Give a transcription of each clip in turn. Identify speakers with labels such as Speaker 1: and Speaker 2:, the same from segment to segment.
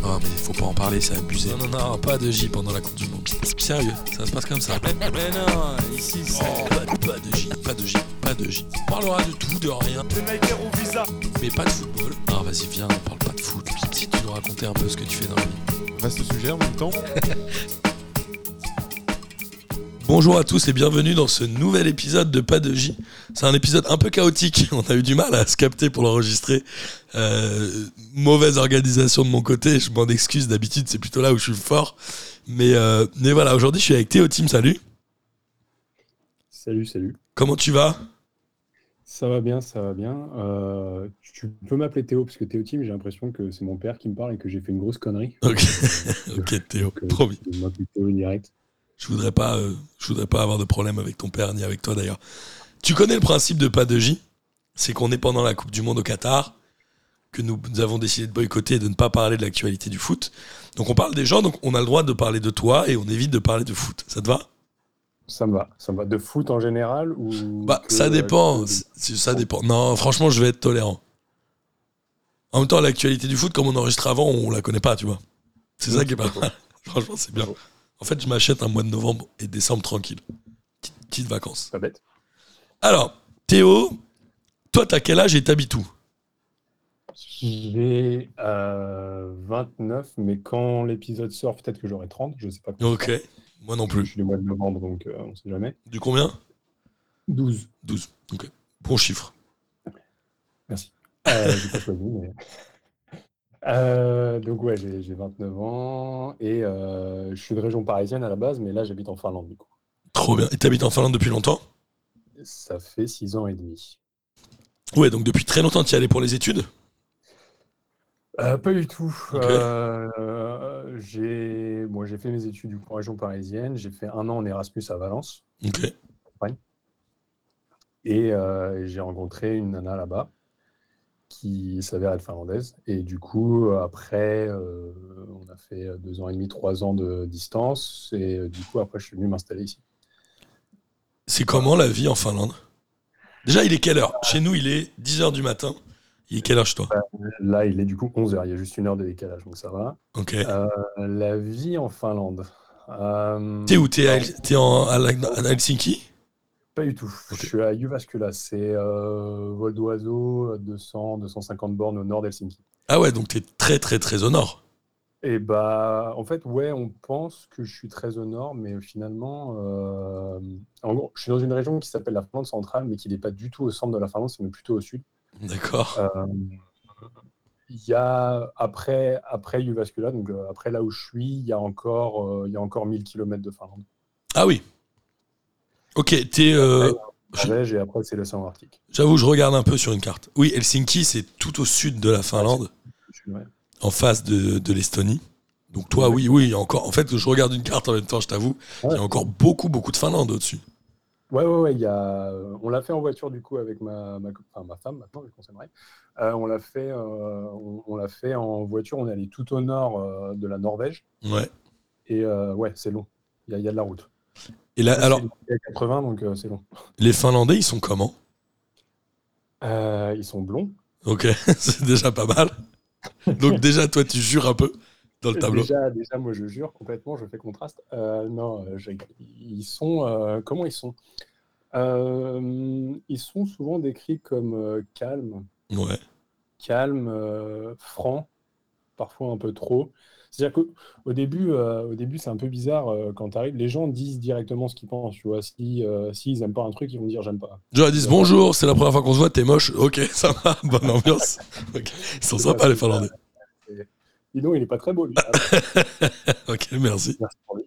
Speaker 1: Non, Ah, mais faut pas en parler, c'est abusé. Non, non, non, pas de J pendant la Coupe du Monde. Sérieux, ça se passe comme ça.
Speaker 2: Mais non, ici, c'est.
Speaker 1: Oh, pas, pas de J, pas de J, pas de J. On parlera de tout, de rien,
Speaker 3: Les Nike au visa.
Speaker 1: mais pas de football. Ah, vas-y, viens, on parle pas de foot. Si tu nous racontais un peu ce que tu fais dans la vie.
Speaker 4: Vaste sujet en même temps.
Speaker 1: Bonjour à tous et bienvenue dans ce nouvel épisode de Pas de J. C'est un épisode un peu chaotique, on a eu du mal à se capter pour l'enregistrer. Euh, mauvaise organisation de mon côté, je m'en excuse, d'habitude c'est plutôt là où je suis fort. Mais, euh, mais voilà, aujourd'hui je suis avec Théo Team, salut.
Speaker 5: Salut, salut.
Speaker 1: Comment tu vas
Speaker 5: Ça va bien, ça va bien. Euh, tu peux m'appeler Théo parce que Théo Team, j'ai l'impression que c'est mon père qui me parle et que j'ai fait une grosse connerie.
Speaker 1: Ok, ok Théo,
Speaker 5: Donc, euh,
Speaker 1: promis.
Speaker 5: je m'appelle Théo direct.
Speaker 1: Je voudrais pas, euh, je voudrais pas avoir de problème avec ton père ni avec toi d'ailleurs. Tu connais le principe de pas de J C'est qu'on est pendant la Coupe du Monde au Qatar, que nous, nous avons décidé de boycotter et de ne pas parler de l'actualité du foot. Donc on parle des gens, donc on a le droit de parler de toi et on évite de parler de foot. Ça te va
Speaker 5: Ça me va. Ça me va. De foot en général ou
Speaker 1: Bah,
Speaker 5: que,
Speaker 1: ça
Speaker 5: euh,
Speaker 1: dépend.
Speaker 5: que-
Speaker 1: c'est- Ça dépend. Non, franchement, je vais être tolérant. En même temps, l'actualité du foot, comme on enregistre avant, on la connaît pas, tu vois. C'est ça qui est pas mal. Franchement, c'est bien. En fait, je m'achète un mois de novembre et décembre tranquille. Petite, petite vacances.
Speaker 5: Pas bête.
Speaker 1: Alors, Théo, toi, t'as quel âge et t'habites où
Speaker 5: J'ai euh, 29, mais quand l'épisode sort, peut-être que j'aurai 30, je sais pas. quand
Speaker 1: Ok. Moi non
Speaker 5: Je
Speaker 1: plus.
Speaker 5: suis du mois de novembre, donc euh, on sait jamais.
Speaker 1: Du combien
Speaker 5: 12.
Speaker 1: 12. Ok. Bon chiffre.
Speaker 5: Euh, j'ai pas choisi, mais- Euh, donc ouais, j'ai j'ai 29 ans et euh, je suis de région parisienne à la base, mais là j'habite en Finlande du coup.
Speaker 1: Trop bien. Et t'habites en Finlande depuis longtemps
Speaker 5: Ça fait 6 ans et demi.
Speaker 1: Ouais, donc depuis très longtemps, t'y allais pour les études
Speaker 5: Euh, pas du tout.
Speaker 1: Ok.
Speaker 5: Euh, j'ai bon, j'ai fait mes études du coup, en région parisienne. J'ai fait un an en Erasmus à Valence
Speaker 1: Ok.
Speaker 5: et euh, j'ai rencontré une nana là-bas qui s'avère être finlandaise. Et du coup, après, euh, on a fait deux ans et demi, trois ans de distance. Et euh, du coup, après, je suis venu m'installer ici.
Speaker 1: C'est comment la vie en Finlande Déjà, il est quelle heure Chez nous, il est 10h du matin. Il est quelle heure chez toi
Speaker 5: Là, il est du coup 11h, il y a juste une heure de décalage, donc ça va.
Speaker 1: Ok.
Speaker 5: Euh, la vie en Finlande. Euh,
Speaker 1: T'es où T'es à, t'es en- à Hel- à Helsinki
Speaker 5: Pas du tout.
Speaker 1: Ok.
Speaker 5: Je suis à Jyväskylä, c'est euh, vol d'oiseau, 200-250 bornes au nord d'Helsinki.
Speaker 1: Ah ouais, donc t'es très très très au nord.
Speaker 5: Et bah, en fait, ouais, on pense que je suis très au nord, mais finalement, euh, en gros, je suis dans une région qui s'appelle la Finlande centrale, mais qui n'est pas du tout au centre de la Finlande, mais plutôt au sud.
Speaker 1: D'accord.
Speaker 5: Euh, Il y a après, après Jyväskylä, donc euh, après là où je suis, il y a encore, euh, il y a encore 1000 km de Finlande.
Speaker 1: Ah oui. Ok, t'es. euh, Je-
Speaker 5: Norvège, et après c'est l'océan Arctique.
Speaker 1: J'avoue, je regarde un peu sur une carte. Oui, Helsinki, c'est tout au sud de la Finlande,
Speaker 5: Je- ouais.
Speaker 1: en face de, de l'Estonie. Donc toi, oui, oui, il y a encore. En fait, je regarde une carte en même temps, je t'avoue. Il y
Speaker 5: Ouais.
Speaker 1: a encore beaucoup, beaucoup de Finlande au-dessus.
Speaker 5: Ouais, ouais, ouais, il y a... euh, on l'a fait en voiture du coup avec ma, ma, co- enfin, ma femme maintenant, vu qu'on s'aimerait. Euh, on l'a fait, euh, on, on l'a fait en voiture, on est allé tout au nord euh, de la Norvège
Speaker 1: Ouais.
Speaker 5: et euh, ouais, c'est long. Il y, a- il y a de la route.
Speaker 1: Et là, alors,
Speaker 5: Il y a 80, donc euh, c'est long.
Speaker 1: les Finlandais, ils sont comment
Speaker 5: Euh, ils sont blonds.
Speaker 1: Ok, c'est déjà pas mal. Donc déjà, toi, tu jures un peu dans le tableau.
Speaker 5: Déjà, déjà, moi je jure complètement, je fais contraste. Euh, non, euh, j'ai- ils sont. euh, comment ils sont Euh, Ils sont souvent décrits comme euh, calmes,
Speaker 1: Ouais.
Speaker 5: calmes, euh, francs, parfois un peu trop. C'est-à-dire qu'au au début, euh, au début c'est un peu bizarre euh, quand tu arrives. Les gens disent directement ce qu'ils pensent. Tu vois, si, euh, s'ils n'aiment pas un truc, ils vont dire j'aime pas.
Speaker 1: Genre, ils disent bonjour, c'est la première fois qu'on se voit, t'es moche. Ok, ça va, bonne ambiance. Ok, Ils sont sympas, les Finlandais.
Speaker 5: Dis donc, il est pas très beau. lui. Ah,
Speaker 1: Ok, merci.
Speaker 5: merci pour lui.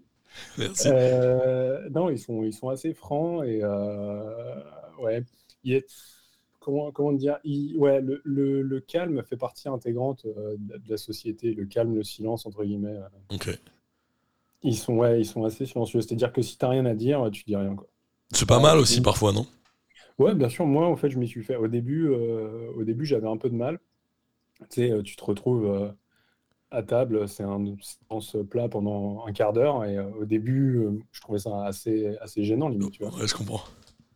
Speaker 1: Merci.
Speaker 5: Euh, non, ils sont, ils sont assez francs et euh, ouais, il est, comment, comment dire, il- ouais, le, le- le calme fait partie intégrante euh, de de la société, le calme, le silence entre guillemets. euh.
Speaker 1: Ok.
Speaker 5: Ils sont, ouais, ils sont assez silencieux. C'est-à-dire que si t'as rien à dire, tu dis rien quoi.
Speaker 1: C'est pas mal aussi parfois, non
Speaker 5: Ouais, bien sûr. Moi, en fait, je m'y suis fait. Au début, euh, au début, j'avais un peu de mal. Tu sais, euh, tu te retrouves euh, à table, c'est un silence plat pendant un quart d'heure et euh, au début, euh, je trouvais ça assez, assez gênant limite, tu vois.
Speaker 1: Ouais, je comprends.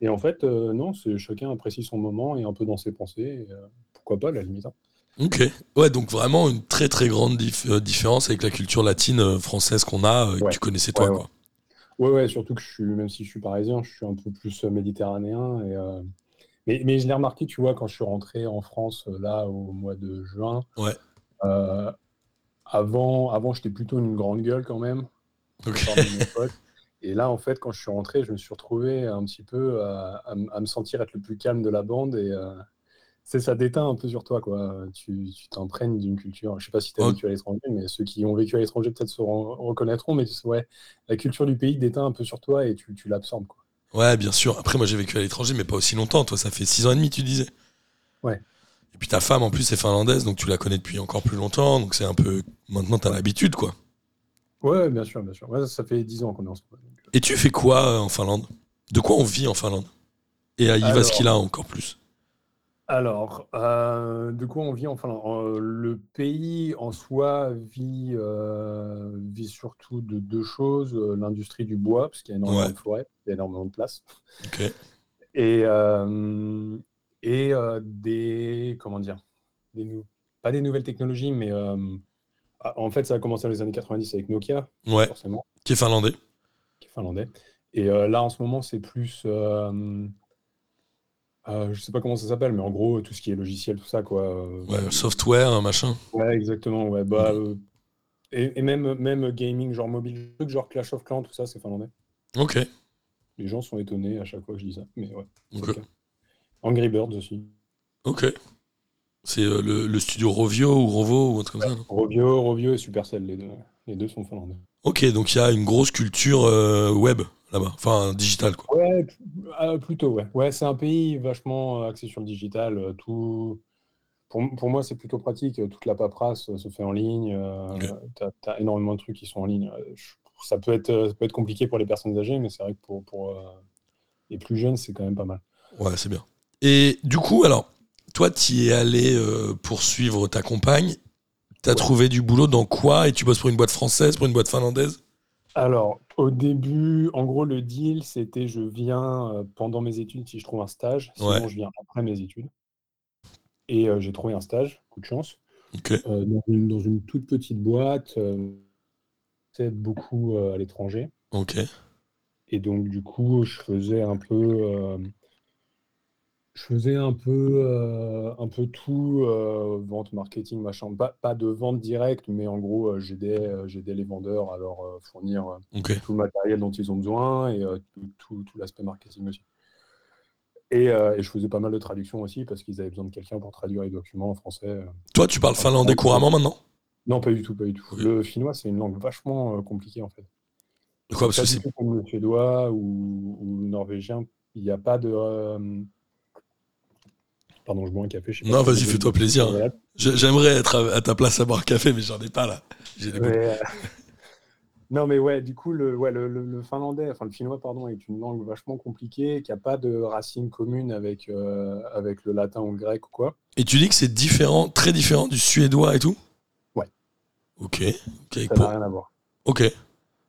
Speaker 5: Et en fait, euh, non, c'est chacun apprécie son moment et un peu dans ses pensées. et, euh, pourquoi pas, à la limite. hein.
Speaker 1: Ok. Ouais, donc vraiment une très très grande dif- euh, différence avec la culture latine euh, française qu'on a, euh, que
Speaker 5: Ouais.
Speaker 1: tu connaissais toi.
Speaker 5: Ouais,
Speaker 1: quoi.
Speaker 5: Ouais, ouais, surtout que je suis, même si je suis parisien, je suis un peu plus euh, méditerranéen. Et, euh, mais, mais je l'ai remarqué, tu vois, quand je suis rentré en France, euh, là, au mois de juin.
Speaker 1: Ouais.
Speaker 5: euh, avant, avant j'étais plutôt une grande gueule quand même,
Speaker 1: Ok.
Speaker 5: par mes potes. Et là, en fait, quand je suis rentré, je me suis retrouvé un petit peu à, à m- à me sentir être le plus calme de la bande. Et euh, c'est ça déteint un peu sur toi, quoi. Tu tu t'imprègnes d'une culture. Je sais pas si tu as
Speaker 1: Ok.
Speaker 5: vécu à l'étranger, mais ceux qui ont vécu à l'étranger peut-être se ren- reconnaîtront. Mais c'est- ouais, la culture du pays déteint un peu sur toi et tu, tu l'absorbes, quoi.
Speaker 1: Ouais, bien sûr. Après, moi j'ai vécu à l'étranger, mais pas aussi longtemps. Toi, ça fait 6 ans et demi, tu disais.
Speaker 5: Ouais.
Speaker 1: Et puis ta femme en plus est finlandaise, donc tu la connais depuis encore plus longtemps. Donc c'est un peu. Maintenant, t'as l'habitude, quoi.
Speaker 5: Ouais, bien sûr, bien sûr. Ouais, ça fait 10 ans qu'on est ensemble. donc, euh.
Speaker 1: Et tu fais quoi euh, en Finlande De quoi on vit en Finlande Et à Ivaskila
Speaker 5: euh,
Speaker 1: encore plus.
Speaker 5: Alors, euh, de quoi on vit enfin euh, Le pays en soi vit, euh, vit surtout de deux choses. euh, L'industrie du bois, parce qu'il y a énormément
Speaker 1: Ouais.
Speaker 5: de forêts, il y a énormément de place.
Speaker 1: Ok.
Speaker 5: Et, euh, et euh, des, comment dire, des nou- pas des nouvelles technologies, mais euh, ah, en fait, ça a commencé dans les années 90 avec Nokia,
Speaker 1: Ouais.
Speaker 5: forcément,
Speaker 1: Qui est finlandais.
Speaker 5: qui est finlandais. Et euh, là, en ce moment, c'est plus, euh, euh, je sais pas comment ça s'appelle, mais en gros, tout ce qui est logiciel, tout ça, quoi. euh,
Speaker 1: Ouais, software, un machin.
Speaker 5: Ouais, exactement, ouais. Bah, euh, et, et même, même gaming, genre mobile, truc, genre Clash of Clans, tout ça, c'est finlandais.
Speaker 1: Ok.
Speaker 5: Les gens sont étonnés à chaque fois que je dis ça, mais ouais, c'est le
Speaker 1: Ok.
Speaker 5: cas. Angry Birds aussi.
Speaker 1: Ok. C'est euh, le, le studio Rovio ou Rovo ou un truc comme ça. non
Speaker 5: Rovio, Rovio et Supercell, les deux. Les deux sont finlandais.
Speaker 1: Ok, donc il y a une grosse culture euh, web là-bas. Enfin, digitale, quoi.
Speaker 5: Ouais, p- euh, plutôt, ouais. Ouais, c'est un pays vachement euh, axé sur le digital. euh, Tout... Pour, m- pour moi, c'est plutôt pratique. euh, Toute la paperasse euh, se fait en ligne. euh,
Speaker 1: Ok.
Speaker 5: t'as, t'as énormément de trucs qui sont en ligne. euh, je- Ça peut être, euh, ça peut être compliqué pour les personnes âgées, mais c'est vrai que pour, pour euh, les plus jeunes, c'est quand même pas mal.
Speaker 1: Ouais, c'est bien. Et du coup, alors, toi, tu es allé euh, poursuivre ta compagne. T'as trouvé du boulot dans quoi Et tu bosses pour une boîte française, pour une boîte finlandaise
Speaker 5: Alors, au début, en gros, le deal, c'était je viens euh, pendant mes études si je trouve un stage, sinon
Speaker 1: Ouais.
Speaker 5: je viens après mes études. Et euh, j'ai trouvé un stage, coup de chance,
Speaker 1: Ok.
Speaker 5: euh, dans une, dans une toute petite boîte, euh, c'est beaucoup euh, à l'étranger.
Speaker 1: Ok.
Speaker 5: Et donc, du coup, je faisais un peu, euh, je faisais un peu, euh, un peu tout, euh, vente, marketing, machin. Pas, pas de vente directe, mais en gros, euh, j'aidais, euh, j'aidais les vendeurs à leur euh, fournir. euh,
Speaker 1: Ok.
Speaker 5: tout le matériel dont ils ont besoin et euh, tout, tout- tout l'aspect marketing aussi. Et, euh, et je faisais pas mal de traductions aussi parce qu'ils avaient besoin de quelqu'un pour traduire les documents en français. euh.
Speaker 1: Toi, tu parles finlandais couramment maintenant
Speaker 5: Non, pas du tout, pas du tout.
Speaker 1: Ok.
Speaker 5: Le finnois, c'est une langue vachement euh, compliquée en fait.
Speaker 1: Quoi Parce
Speaker 5: Pas
Speaker 1: que
Speaker 5: du
Speaker 1: c'est.
Speaker 5: tout comme le suédois ou, ou le norvégien. Il n'y a pas de. euh, Pardon, je bois un café. Je sais pas
Speaker 1: Non,
Speaker 5: si c'est
Speaker 1: vas-y,
Speaker 5: possible.
Speaker 1: fais-toi plaisir.
Speaker 5: Voilà.
Speaker 1: Je- J'aimerais être à, à ta place à boire café, mais j'en ai pas là. J'ai des-
Speaker 5: Mais, euh, Non, mais ouais, du coup, le, ouais, le, le- le finlandais, enfin le finnois, pardon, est une langue vachement compliquée, qui n'a pas de racine commune avec, euh, avec le latin ou le grec ou quoi.
Speaker 1: Et tu dis que c'est différent, très différent du suédois et tout
Speaker 5: Ouais.
Speaker 1: Ok. Ok.
Speaker 5: Ça
Speaker 1: Pour-
Speaker 5: n'a rien à voir.
Speaker 1: Ok.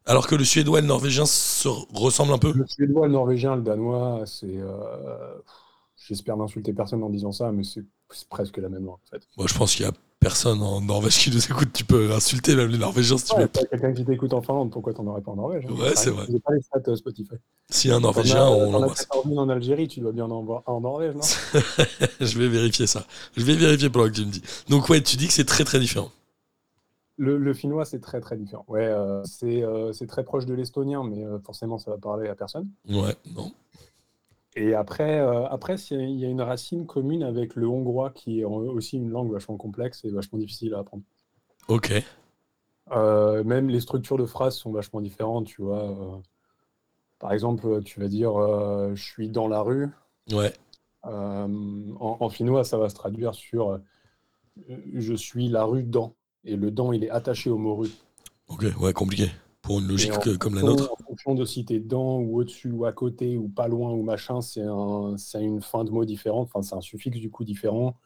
Speaker 1: Alors que le suédois et le norvégien se ressemblent un peu
Speaker 5: Le suédois, le norvégien, le danois, c'est. euh, J'espère n'insulter personne en disant ça, mais c'est c'est presque la même langue en fait.
Speaker 1: Moi, je pense qu'il y a personne en Norvège qui nous écoute. Tu peux insulter même les Norvégiens si tu
Speaker 5: Ouais,
Speaker 1: veux.
Speaker 5: t'as quelqu'un qui t'écoute en Finlande, pourquoi t'en aurais pas en Norvège hein
Speaker 1: Ouais, c'est
Speaker 5: Ah,
Speaker 1: vrai.
Speaker 5: J'ai pas les stats euh, Spotify.
Speaker 1: Si y a un
Speaker 5: T'en as-
Speaker 1: Norvégien, on
Speaker 5: t'en as
Speaker 1: l'embrasse.
Speaker 5: 14 000 en Algérie, tu dois bien en avoir un en Norvège, non
Speaker 1: je vais vérifier ça. Je vais vérifier pendant que tu me dis. Donc, ouais, tu dis que c'est très très différent.
Speaker 5: Le, le finnois, c'est très très différent. Ouais, euh, c'est euh, c'est très proche de l'estonien, mais euh, forcément, ça va parler à personne.
Speaker 1: Ouais, non.
Speaker 5: Et après, euh, après c'est- il y a une racine commune avec le hongrois, qui est en- aussi une langue vachement complexe et vachement difficile à apprendre.
Speaker 1: Ok.
Speaker 5: Euh, même les structures de phrases sont vachement différentes, tu vois. euh. par exemple, tu vas dire euh, je suis dans la rue.
Speaker 1: Ouais.
Speaker 5: Euh, en, en finnois, ça va se traduire sur euh, je suis la rue dans. Et le dans, il est attaché au mot rue.
Speaker 1: Ok. Ouais, compliqué. Pour une
Speaker 5: Et
Speaker 1: logique
Speaker 5: en
Speaker 1: que- comme la
Speaker 5: fonction-
Speaker 1: nôtre.
Speaker 5: En fonction de si t'es dedans ou au-dessus ou à côté ou pas loin ou machin, c'est un, c'est une fin de mot différente, enfin c'est un suffixe du coup différent,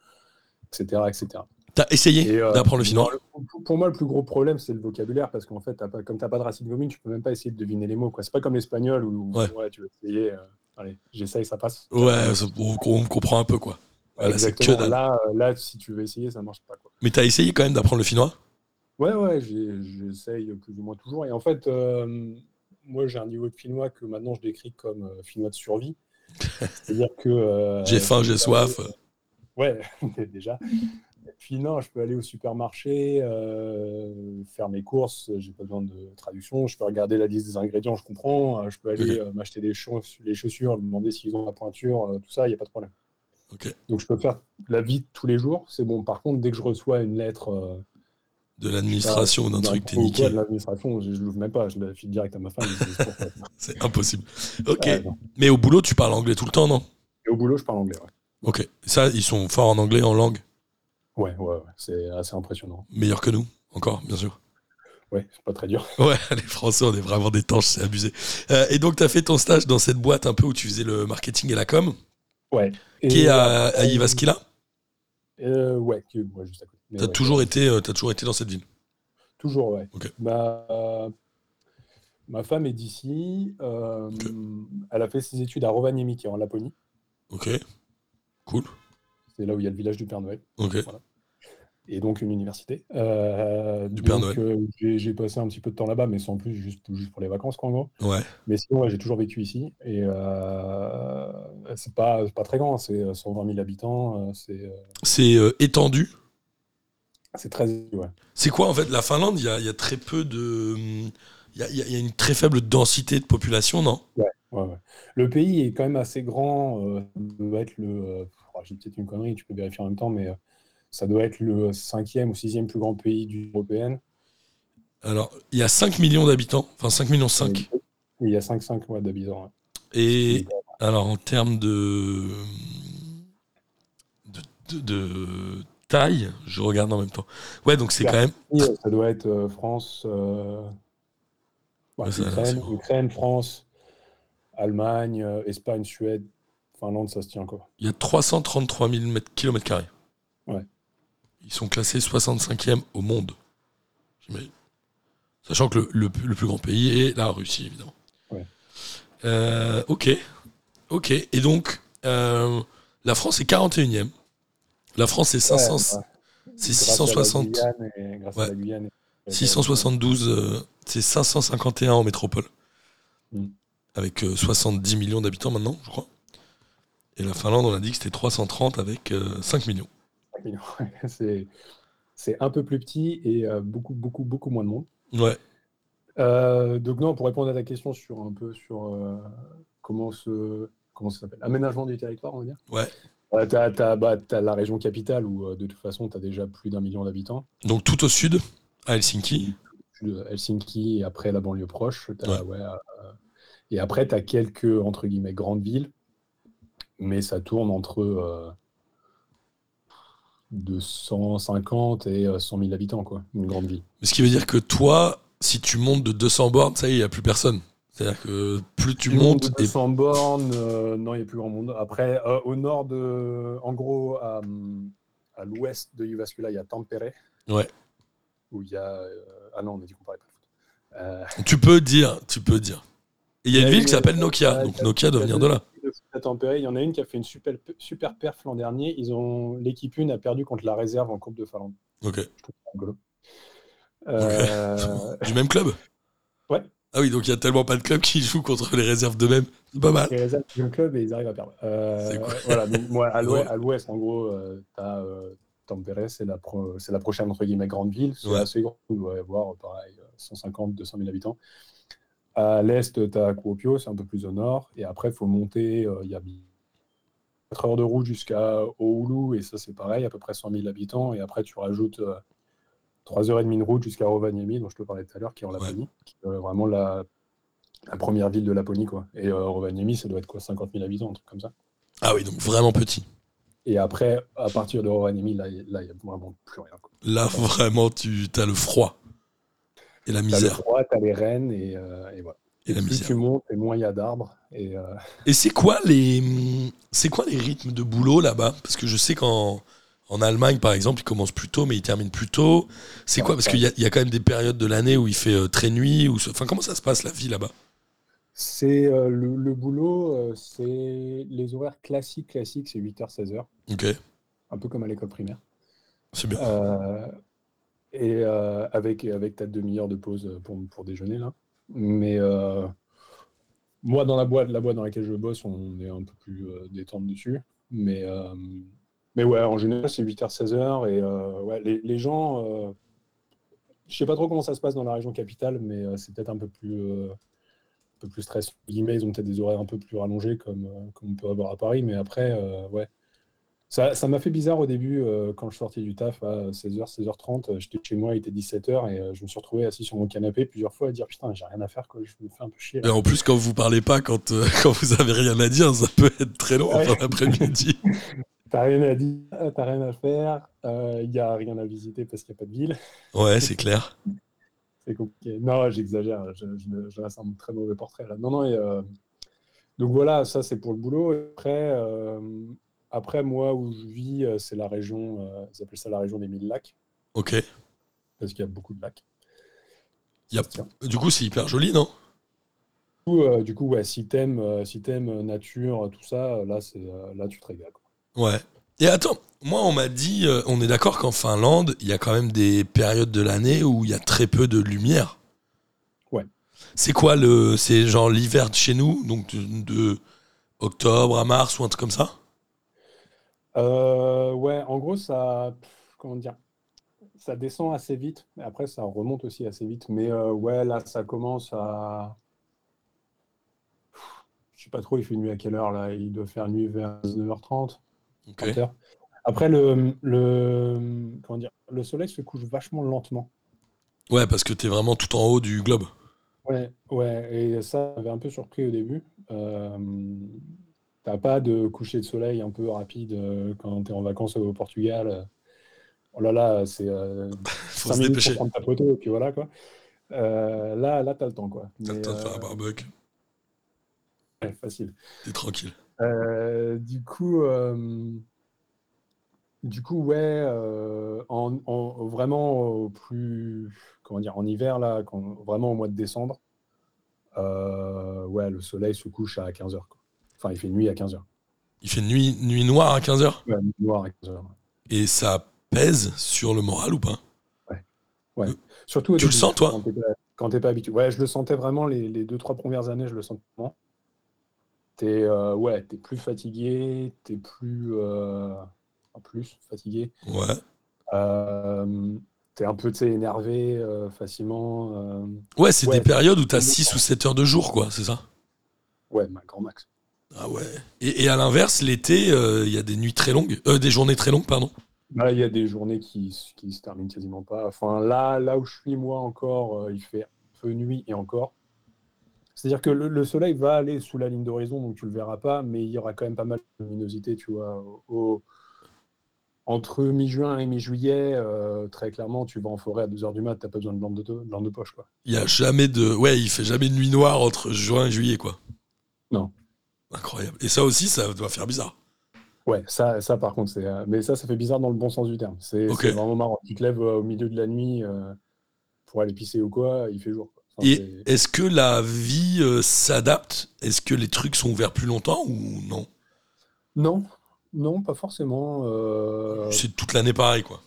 Speaker 5: etc. etc.
Speaker 1: T'as essayé
Speaker 5: Et, euh,
Speaker 1: d'apprendre le finnois
Speaker 5: Pour- Pour moi, le plus gros problème, c'est le vocabulaire, parce qu'en fait, t'as pas, comme t'as pas de racine commune, tu peux même pas essayer de deviner les mots. quoi. C'est pas comme l'espagnol où
Speaker 1: Ouais.
Speaker 5: ouais, tu vas essayer, euh, allez, j'essaye, ça passe.
Speaker 1: Ouais, ça- on, on comprend un peu quoi. Voilà, c'est que
Speaker 5: Exactement.
Speaker 1: dalle.
Speaker 5: là, euh, là, si tu veux essayer, ça marche pas. Quoi.
Speaker 1: Mais t'as essayé quand même d'apprendre le finnois
Speaker 5: Ouais, ouais, j'ai- j'essaye plus ou moins toujours. Et en fait, euh, moi, j'ai un niveau de finnois que maintenant je décris comme euh, finnois de survie. C'est-à-dire que. euh,
Speaker 1: J'ai faim,
Speaker 5: je
Speaker 1: j'ai
Speaker 5: peux
Speaker 1: soif.
Speaker 5: aller- Ouais, déjà. Et puis non, je peux aller au supermarché, euh, faire mes courses, j'ai pas besoin de traduction, je peux regarder la liste des ingrédients, je comprends, euh, je peux aller euh, m'acheter des chausses- les chaussures, demander s'ils ont la pointure, euh, tout ça, il n'y a pas de problème.
Speaker 1: Ok.
Speaker 5: Donc je peux faire la vie de tous les jours, c'est bon. Par contre, dès que je reçois une lettre euh,
Speaker 1: De l'administration ou d'un
Speaker 5: d'un
Speaker 1: truc, t'es
Speaker 5: pro Bah, ou quoi
Speaker 1: niqué.
Speaker 5: de l'administration, je ne l'ouvre même pas, je la file direct à ma femme. je dis, c'est pour ça.
Speaker 1: C'est impossible. Ok.
Speaker 5: Ah, non.
Speaker 1: Mais au boulot, tu parles anglais tout le temps, non
Speaker 5: Et au boulot, je parle anglais.
Speaker 1: Ok. Ça, ils sont forts en anglais, en langue.
Speaker 5: Ouais, ouais, ouais, ouais, c'est assez impressionnant.
Speaker 1: Meilleurs que nous, encore, bien sûr.
Speaker 5: Ouais, c'est pas très dur.
Speaker 1: Ouais, les Français, on est vraiment des tanches, c'est abusé. Euh, et donc, t'as fait ton stage dans cette boîte un peu où tu faisais le marketing et la com,
Speaker 5: Ouais. Et,
Speaker 1: qui est à, à
Speaker 5: euh,
Speaker 1: Ivaskila.
Speaker 5: euh, Ouais, qui est- ouais, juste à côté. Mais
Speaker 1: T'as
Speaker 5: ouais.
Speaker 1: toujours été, euh, t'as toujours été dans cette ville.
Speaker 5: Toujours, ouais.
Speaker 1: Ok.
Speaker 5: Ma, ma femme est d'ici. euh,
Speaker 1: Ok.
Speaker 5: Elle a fait ses études à Rovaniemi, qui est en Laponie.
Speaker 1: Ok. Cool.
Speaker 5: C'est là où il y a le village du Père Noël.
Speaker 1: Ok.
Speaker 5: Et donc une université. Euh,
Speaker 1: Du Père
Speaker 5: donc, euh, j'ai- j'ai passé un petit peu de temps là-bas, mais sans plus, juste, juste pour les vacances, quoi, en gros.
Speaker 1: Ouais.
Speaker 5: Mais sinon, ouais, j'ai toujours vécu ici. Et euh, c'est pas, c'est pas très grand, c'est euh, 120 000 habitants. euh, C'est euh,
Speaker 1: C'est euh, étendu.
Speaker 5: c'est très. Ouais.
Speaker 1: C'est quoi, en fait, la Finlande Il y a, il y a très peu de. hum, Il y a, il y a- il y a une très faible densité de population, non
Speaker 5: Ouais, ouais. Le pays est quand même assez grand. euh, ça doit être le. euh, oh, j'ai peut-être une connerie, tu peux vérifier en même temps, mais euh, ça doit être le cinquième ou sixième plus grand pays du européenne.
Speaker 1: Alors, il y a 5 millions d'habitants, enfin 5 millions 5.
Speaker 5: Et il y a 5-5 mois d'habitants.
Speaker 1: Et
Speaker 5: ouais.
Speaker 1: alors, en termes de, de, de- de taille, je regarde en même temps. Ouais, donc c'est quand même.
Speaker 5: Et, euh, Ça doit être euh, France, euh, ouais,
Speaker 1: Ouais, ça a l'air assez
Speaker 5: Ukraine,
Speaker 1: grand.
Speaker 5: Ukraine, France, Allemagne, euh, Espagne, Suède, Finlande, ça se tient encore.
Speaker 1: Il y a 333 000 km.
Speaker 5: Ouais.
Speaker 1: Ils sont classés 65e au monde. J'imagine. Sachant que le, le plus- le plus grand pays est la Russie, évidemment.
Speaker 5: Ouais.
Speaker 1: Euh, ok. Ok. Et donc, euh, la France est 41e. La France est 500.
Speaker 5: Ouais, ouais.
Speaker 1: C'est
Speaker 5: Grâce à la
Speaker 1: 660.
Speaker 5: Guyane et- grâce à
Speaker 1: Ouais.
Speaker 5: la Guyane et-
Speaker 1: 672, euh, c'est 551 en métropole.
Speaker 5: Mm.
Speaker 1: Avec euh, 70 millions d'habitants maintenant, je crois. Et la Finlande, on a dit que c'était 330 avec euh, 5 millions.
Speaker 5: cinq millions. C'est c'est un peu plus petit et euh, beaucoup, beaucoup, beaucoup moins de monde.
Speaker 1: Ouais.
Speaker 5: Euh, donc non, pour répondre à ta question sur un peu sur euh, comment se comment ça s'appelle aménagement du territoire, on va dire.
Speaker 1: Ouais.
Speaker 5: Euh, t'as, t'as- bah, t'as la région capitale où euh, de toute façon tu as déjà plus d'un million d'habitants.
Speaker 1: Donc tout au sud, à
Speaker 5: Mm.
Speaker 1: Helsinki.
Speaker 5: Tu as Helsinki et après la banlieue proche.
Speaker 1: Ouais.
Speaker 5: t'as- ouais, euh, et après tu as quelques entre guillemets grandes villes, mais ça tourne entre euh, 250 et euh, 100 000 habitants quoi, une grande ville.
Speaker 1: Mais ce qui veut dire que toi, si tu montes de 200 bornes, ça y est, il n'y a plus personne. C'est-à-dire que plus tu
Speaker 5: Du monde
Speaker 1: montes,
Speaker 5: de
Speaker 1: et
Speaker 5: 200 bornes, euh, non, il n'y a plus grand monde. Après, euh, au nord de. En gros, à, hum, à l'ouest de Jyväskylä, il y a Tampere.
Speaker 1: Ouais.
Speaker 5: Où il y a. euh, ah non, on a dit qu'on parlait pas de foot. Euh,
Speaker 1: tu peux dire, tu peux dire. Et il y a une
Speaker 5: Ouais,
Speaker 1: ville qui
Speaker 5: mais-
Speaker 1: s'appelle Nokia,
Speaker 5: ouais,
Speaker 1: donc
Speaker 5: t'as-
Speaker 1: Nokia doit
Speaker 5: t'as
Speaker 1: venir
Speaker 5: deux
Speaker 1: de là.
Speaker 5: équipes de foot à Tampere, il y en a une qui a fait une super, super perf l'an dernier. Ils ont l'équipe une a perdu contre la réserve en Coupe de Finlande.
Speaker 1: Ok.
Speaker 5: C'est rigolo. Euh,
Speaker 1: Du même club
Speaker 5: Ouais.
Speaker 1: Ah oui, donc il y a tellement pas de clubs qui jouent contre les réserves d'eux-mêmes. C'est pas mal.
Speaker 5: les réserves du club et ils arrivent à perdre. Euh,
Speaker 1: C'est cool.
Speaker 5: Voilà, donc, moi, à l'ouest,
Speaker 1: Ouais.
Speaker 5: à l'ouest, en gros, euh, t'as euh, Tampere, c'est la, pro- c'est la prochaine entre guillemets grande ville, c'est
Speaker 1: Ouais.
Speaker 5: assez grand, il doit y avoir euh, pareil 150, 200 000 habitants. À l'est, t'as Kuopio, c'est un peu plus au nord, et après, il faut monter, euh, il y a 4 heures de route jusqu'à Oulu, et ça, c'est pareil, à peu près 100 000 habitants, et après, tu rajoutes 3 heures et demie de route jusqu'à Rovaniemi, dont je te parlais tout à l'heure, qui est en
Speaker 1: Ouais.
Speaker 5: Laponie, qui est euh, vraiment la la première ville de Laponie, quoi. Et euh, Rovaniemi, ça doit être quoi, 50 000 habitants, un truc comme ça.
Speaker 1: Ah oui, donc vraiment petit.
Speaker 5: Et après, à partir de Rovaniemi, là, il n'y a vraiment plus rien. quoi.
Speaker 1: Là, vraiment, tu as le froid et la
Speaker 5: T'as le
Speaker 1: misère.
Speaker 5: froid, t'as les rennes, et, euh, et voilà.
Speaker 1: Et la
Speaker 5: plus
Speaker 1: misère.
Speaker 5: tu montes, et moins il y a d'arbres. Et euh,
Speaker 1: Et c'est quoi les c'est quoi les rythmes de boulot là-bas Parce que je sais qu'en en Allemagne, par exemple, ils commencent plus tôt, mais ils terminent plus tôt. C'est quoi Parce qu'il y, a- il y a quand même des périodes de l'année où il fait euh, très nuit. Ou ce- Enfin, comment ça se passe la vie là-bas
Speaker 5: C'est euh, le, le boulot, euh, c'est les horaires classiques, classiques, c'est 8h, 16h,
Speaker 1: Ok,
Speaker 5: un peu comme à l'école primaire.
Speaker 1: c'est bien.
Speaker 5: Euh, et euh, avec, avec ta demi-heure de pause euh, pour, pour déjeuner, là. Mais euh, moi, dans la boîte, la boîte dans laquelle je bosse, on est un peu plus euh, détente dessus. Mais, euh, mais ouais, en général, c'est 8h-16h. Et euh, ouais, les, les gens, euh, je sais pas trop comment ça se passe dans la région capitale, mais euh, c'est peut-être un peu plus. euh, un peu plus stress, entre guillemets, ils ont peut-être des horaires un peu plus rallongés comme, euh, comme on peut avoir à Paris, mais après, euh, ouais, ça, ça m'a fait bizarre au début euh, quand je sortais du taf à 16h, 16h30. euh, J'étais chez moi, il était 17h et euh, je me suis retrouvé assis sur mon canapé plusieurs fois à dire putain, j'ai rien à faire, quoi, je me fais un peu chier.
Speaker 1: Et
Speaker 5: là.
Speaker 1: en plus, quand vous parlez pas, quand, euh, quand vous avez rien à dire, ça peut être très long
Speaker 5: Ouais.
Speaker 1: après l'après-midi.
Speaker 5: T'as rien à dire, t'as rien à faire, euh, il y a rien à visiter parce qu'il n'y a pas de ville.
Speaker 1: Ouais, c'est clair.
Speaker 5: C'est compliqué. Non, j'exagère, je, je, je reste un très mauvais portrait là. Non, non, et, euh, donc voilà, ça c'est pour le boulot. Et après, euh, après, moi où je vis, euh, c'est la région, euh, ils appellent ça la région des mille lacs
Speaker 1: Ok.
Speaker 5: parce qu'il y a beaucoup de lacs.
Speaker 1: Il y a-
Speaker 5: Ça se tient.
Speaker 1: Du coup, c'est hyper joli, non
Speaker 5: Du coup, euh, du coup, ouais, si t'aimes, euh, si t'aimes, euh, nature, tout ça, euh, là, c'est, euh, là, tu te régales, quoi.
Speaker 1: Ouais. Et attends, moi, on m'a dit, euh, on est d'accord qu'en Finlande, il y a quand même des périodes de l'année où il y a très peu de lumière.
Speaker 5: Ouais.
Speaker 1: C'est quoi le. C'est genre l'hiver de chez nous, donc de, de octobre à mars ou un truc comme ça
Speaker 5: Euh, ouais, en gros, ça, pff, comment dire, ça descend assez vite. mais Après, ça remonte aussi assez vite. Mais euh, ouais, là, ça commence à. Pff, Je sais pas trop, il fait nuit à quelle heure là? Il doit faire nuit vers 19h30,
Speaker 1: Ok.
Speaker 5: 20h. Après, le, le, comment dire, le soleil se couche vachement lentement.
Speaker 1: Ouais, parce que t'es vraiment tout en haut du globe.
Speaker 5: Ouais, ouais, et ça m'avait un peu surpris au début. Euh, t'as pas de coucher de soleil un peu rapide euh, quand t'es en vacances au Portugal. euh, Oh là là, c'est euh,
Speaker 1: Faut
Speaker 5: 5
Speaker 1: se
Speaker 5: minutes pour
Speaker 1: dépêcher.
Speaker 5: prendre ta photo, et puis voilà quoi. Euh, là, là, t'as le temps quoi.
Speaker 1: T'as le
Speaker 5: Mais,
Speaker 1: temps de faire un
Speaker 5: euh,
Speaker 1: barbecue.
Speaker 5: ouais, facile.
Speaker 1: T'es tranquille.
Speaker 5: Euh, du coup, euh, du coup, ouais, euh, en, en- vraiment au plus, comment dire, en hiver là, quand, vraiment au mois de décembre, euh, ouais, le soleil se couche à 15h, quoi. Enfin, il fait nuit à 15h.
Speaker 1: Il fait nuit, nuit noire à 15h.
Speaker 5: Ouais, nuit noire à 15h.
Speaker 1: Et ça pèse sur le moral ou pas
Speaker 5: Surtout au
Speaker 1: Tu le
Speaker 5: début,
Speaker 1: sens, toi
Speaker 5: quand t'es pas, quand t'es pas habitué. Ouais, je le sentais vraiment les, les deux, trois premières années, je le sentais vraiment. T'es euh, ouais, t'es plus fatigué, t'es plus, euh, en plus fatigué.
Speaker 1: Ouais.
Speaker 5: Euh, t'es un peu, tu sais, énervé euh, facilement. euh,
Speaker 1: Ouais, c'est
Speaker 5: Ouais,
Speaker 1: des périodes où t'as
Speaker 5: c'est
Speaker 1: 6 ou 7 heures de jour, quoi, c'est ça
Speaker 5: ouais, ma grand max.
Speaker 1: Ah ouais. Et, et à l'inverse, l'été, euh, il y a des nuits très longues, euh, des journées très longues, pardon.
Speaker 5: Là, Bah, il y a des journées qui, s- qui se terminent quasiment pas. Enfin, là, là où je suis, moi, encore, euh, il fait un peu nuit et encore. C'est-à-dire que le, le soleil va aller sous la ligne d'horizon, donc tu le verras pas, mais il y aura quand même pas mal de luminosité, tu vois. au- au- entre mi-juin et mi-juillet, euh, très clairement, tu vas en forêt à 2h du mat, t'as pas besoin de lampe de, de lampe de poche, quoi.
Speaker 1: Il y a jamais de. Ouais, il fait jamais de nuit noire entre juin et juillet, quoi.
Speaker 5: Non.
Speaker 1: Incroyable. Et ça aussi, ça doit faire bizarre.
Speaker 5: Ouais, ça, ça par contre, c'est. euh, Mais ça, ça fait bizarre dans le bon sens du terme. C'est
Speaker 1: Ok.
Speaker 5: c'est vraiment marrant. Tu te lèves euh, au milieu de la nuit euh, pour aller pisser ou quoi, il fait jour. quoi. Enfin,
Speaker 1: Et
Speaker 5: c'est-
Speaker 1: est-ce que la vie euh, s'adapte Est-ce que les trucs sont ouverts plus longtemps ou non
Speaker 5: Non, non, pas forcément. euh,
Speaker 1: C'est toute l'année pareil, quoi.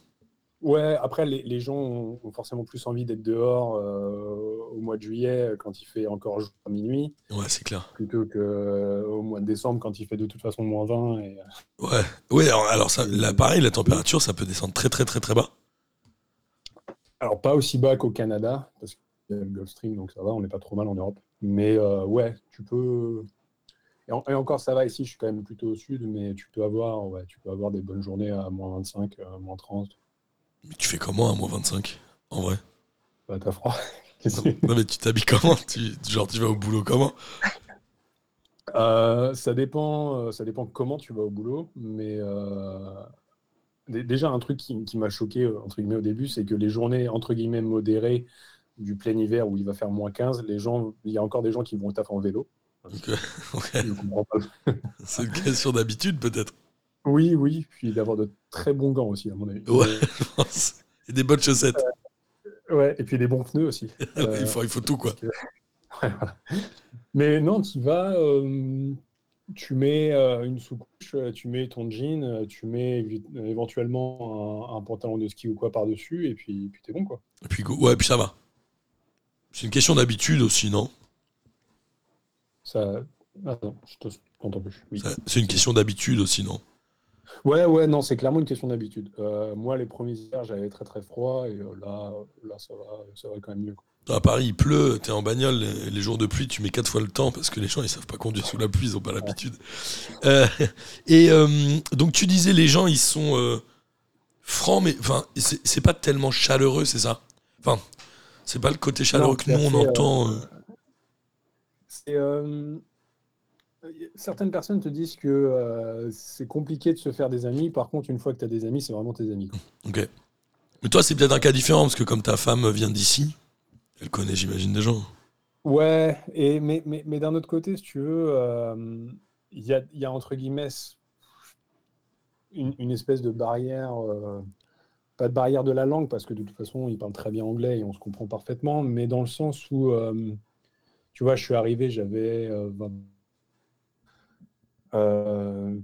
Speaker 5: Ouais, après, les, les gens ont, ont forcément plus envie d'être dehors euh, au mois de juillet quand il fait encore jour à minuit,
Speaker 1: Ouais, c'est clair.
Speaker 5: plutôt que euh, au mois de décembre quand il fait de toute façon moins 20. Et...
Speaker 1: Ouais. Ouais, alors, alors ça, là, pareil, la température, ça peut descendre très, très, très, très bas.
Speaker 5: Alors, pas aussi bas qu'au Canada, parce qu'il y a le Gulf Stream, donc ça va, on n'est pas trop mal en Europe. Mais euh, ouais, tu peux. Et, en- et encore, ça va ici, je suis quand même plutôt au sud, mais tu peux avoir, ouais, tu peux avoir des bonnes journées à moins 25, euh, moins 30.
Speaker 1: Mais tu fais comment à moins 25 En vrai
Speaker 5: Bah, t'as froid. Qu'est-ce que-
Speaker 1: Non, mais tu t'habilles comment tu, Genre, tu vas au boulot comment
Speaker 5: Euh, ça dépend, euh, ça dépend comment tu vas au boulot, mais euh, dé- déjà un truc qui, qui m'a choqué euh, entre guillemets au début, c'est que les journées entre guillemets modérées du plein hiver où il va faire moins 15, les gens, il y a encore des gens qui vont au taf en vélo.
Speaker 1: Donc, euh, ouais,
Speaker 5: Je comprends pas.
Speaker 1: C'est une question d'habitude, peut-être.
Speaker 5: Oui, oui, puis d'avoir de très bons gants aussi à mon avis.
Speaker 1: Ouais, je pense. Et des bonnes chaussettes.
Speaker 5: Ouais, et Euh, puis des bons pneus aussi.
Speaker 1: il,
Speaker 5: Euh,
Speaker 1: faut, il faut tout, quoi.
Speaker 5: Ouais, voilà. Mais non, tu vas, euh, tu mets euh, une sous-couche, euh, tu mets ton jean, euh, tu mets évi- euh, éventuellement un, un pantalon de ski ou quoi par-dessus, et puis, et puis t'es bon, quoi.
Speaker 1: Et puis, go- ouais, puis ça va. C'est une question d'habitude aussi, non
Speaker 5: Ça... Attends, je te t'entends plus. Oui.
Speaker 1: Ça- C'est une question d'habitude aussi, non
Speaker 5: Ouais, ouais, non, c'est clairement une question d'habitude. Euh, moi, les premiers hivers, j'avais très très froid, et euh, là, là, ça va, ça va quand même mieux. quoi.
Speaker 1: À Paris, il pleut, t'es en bagnole, les, les jours de pluie, tu mets quatre fois le temps parce que les gens, ils savent pas conduire sous la pluie, ils ont pas l'habitude. Euh, et euh, donc, tu disais, les gens, ils sont euh, francs, mais enfin, c'est c'est pas tellement chaleureux, c'est ça Enfin, c'est pas le côté chaleureux
Speaker 5: Non,
Speaker 1: que
Speaker 5: c'est
Speaker 1: nous, on
Speaker 5: assez, euh,
Speaker 1: entend. euh,
Speaker 5: C'est, euh, y- Certaines personnes te disent que euh, c'est compliqué de se faire des amis. Par contre, une fois que tu as des amis, c'est vraiment tes amis. quoi.
Speaker 1: Ok. Mais toi, c'est peut-être un cas différent parce que comme ta femme vient d'ici, elle connaît, j'imagine, des gens.
Speaker 5: Ouais, et, mais, mais, mais d'un autre côté, si tu veux, euh, il y a, il y a entre guillemets une, une espèce de barrière, euh, pas de barrière de la langue, parce que de toute façon, ils parlent très bien anglais et on se comprend parfaitement, mais dans le sens où, euh, tu vois, je suis arrivé, j'avais euh, 20 Euh,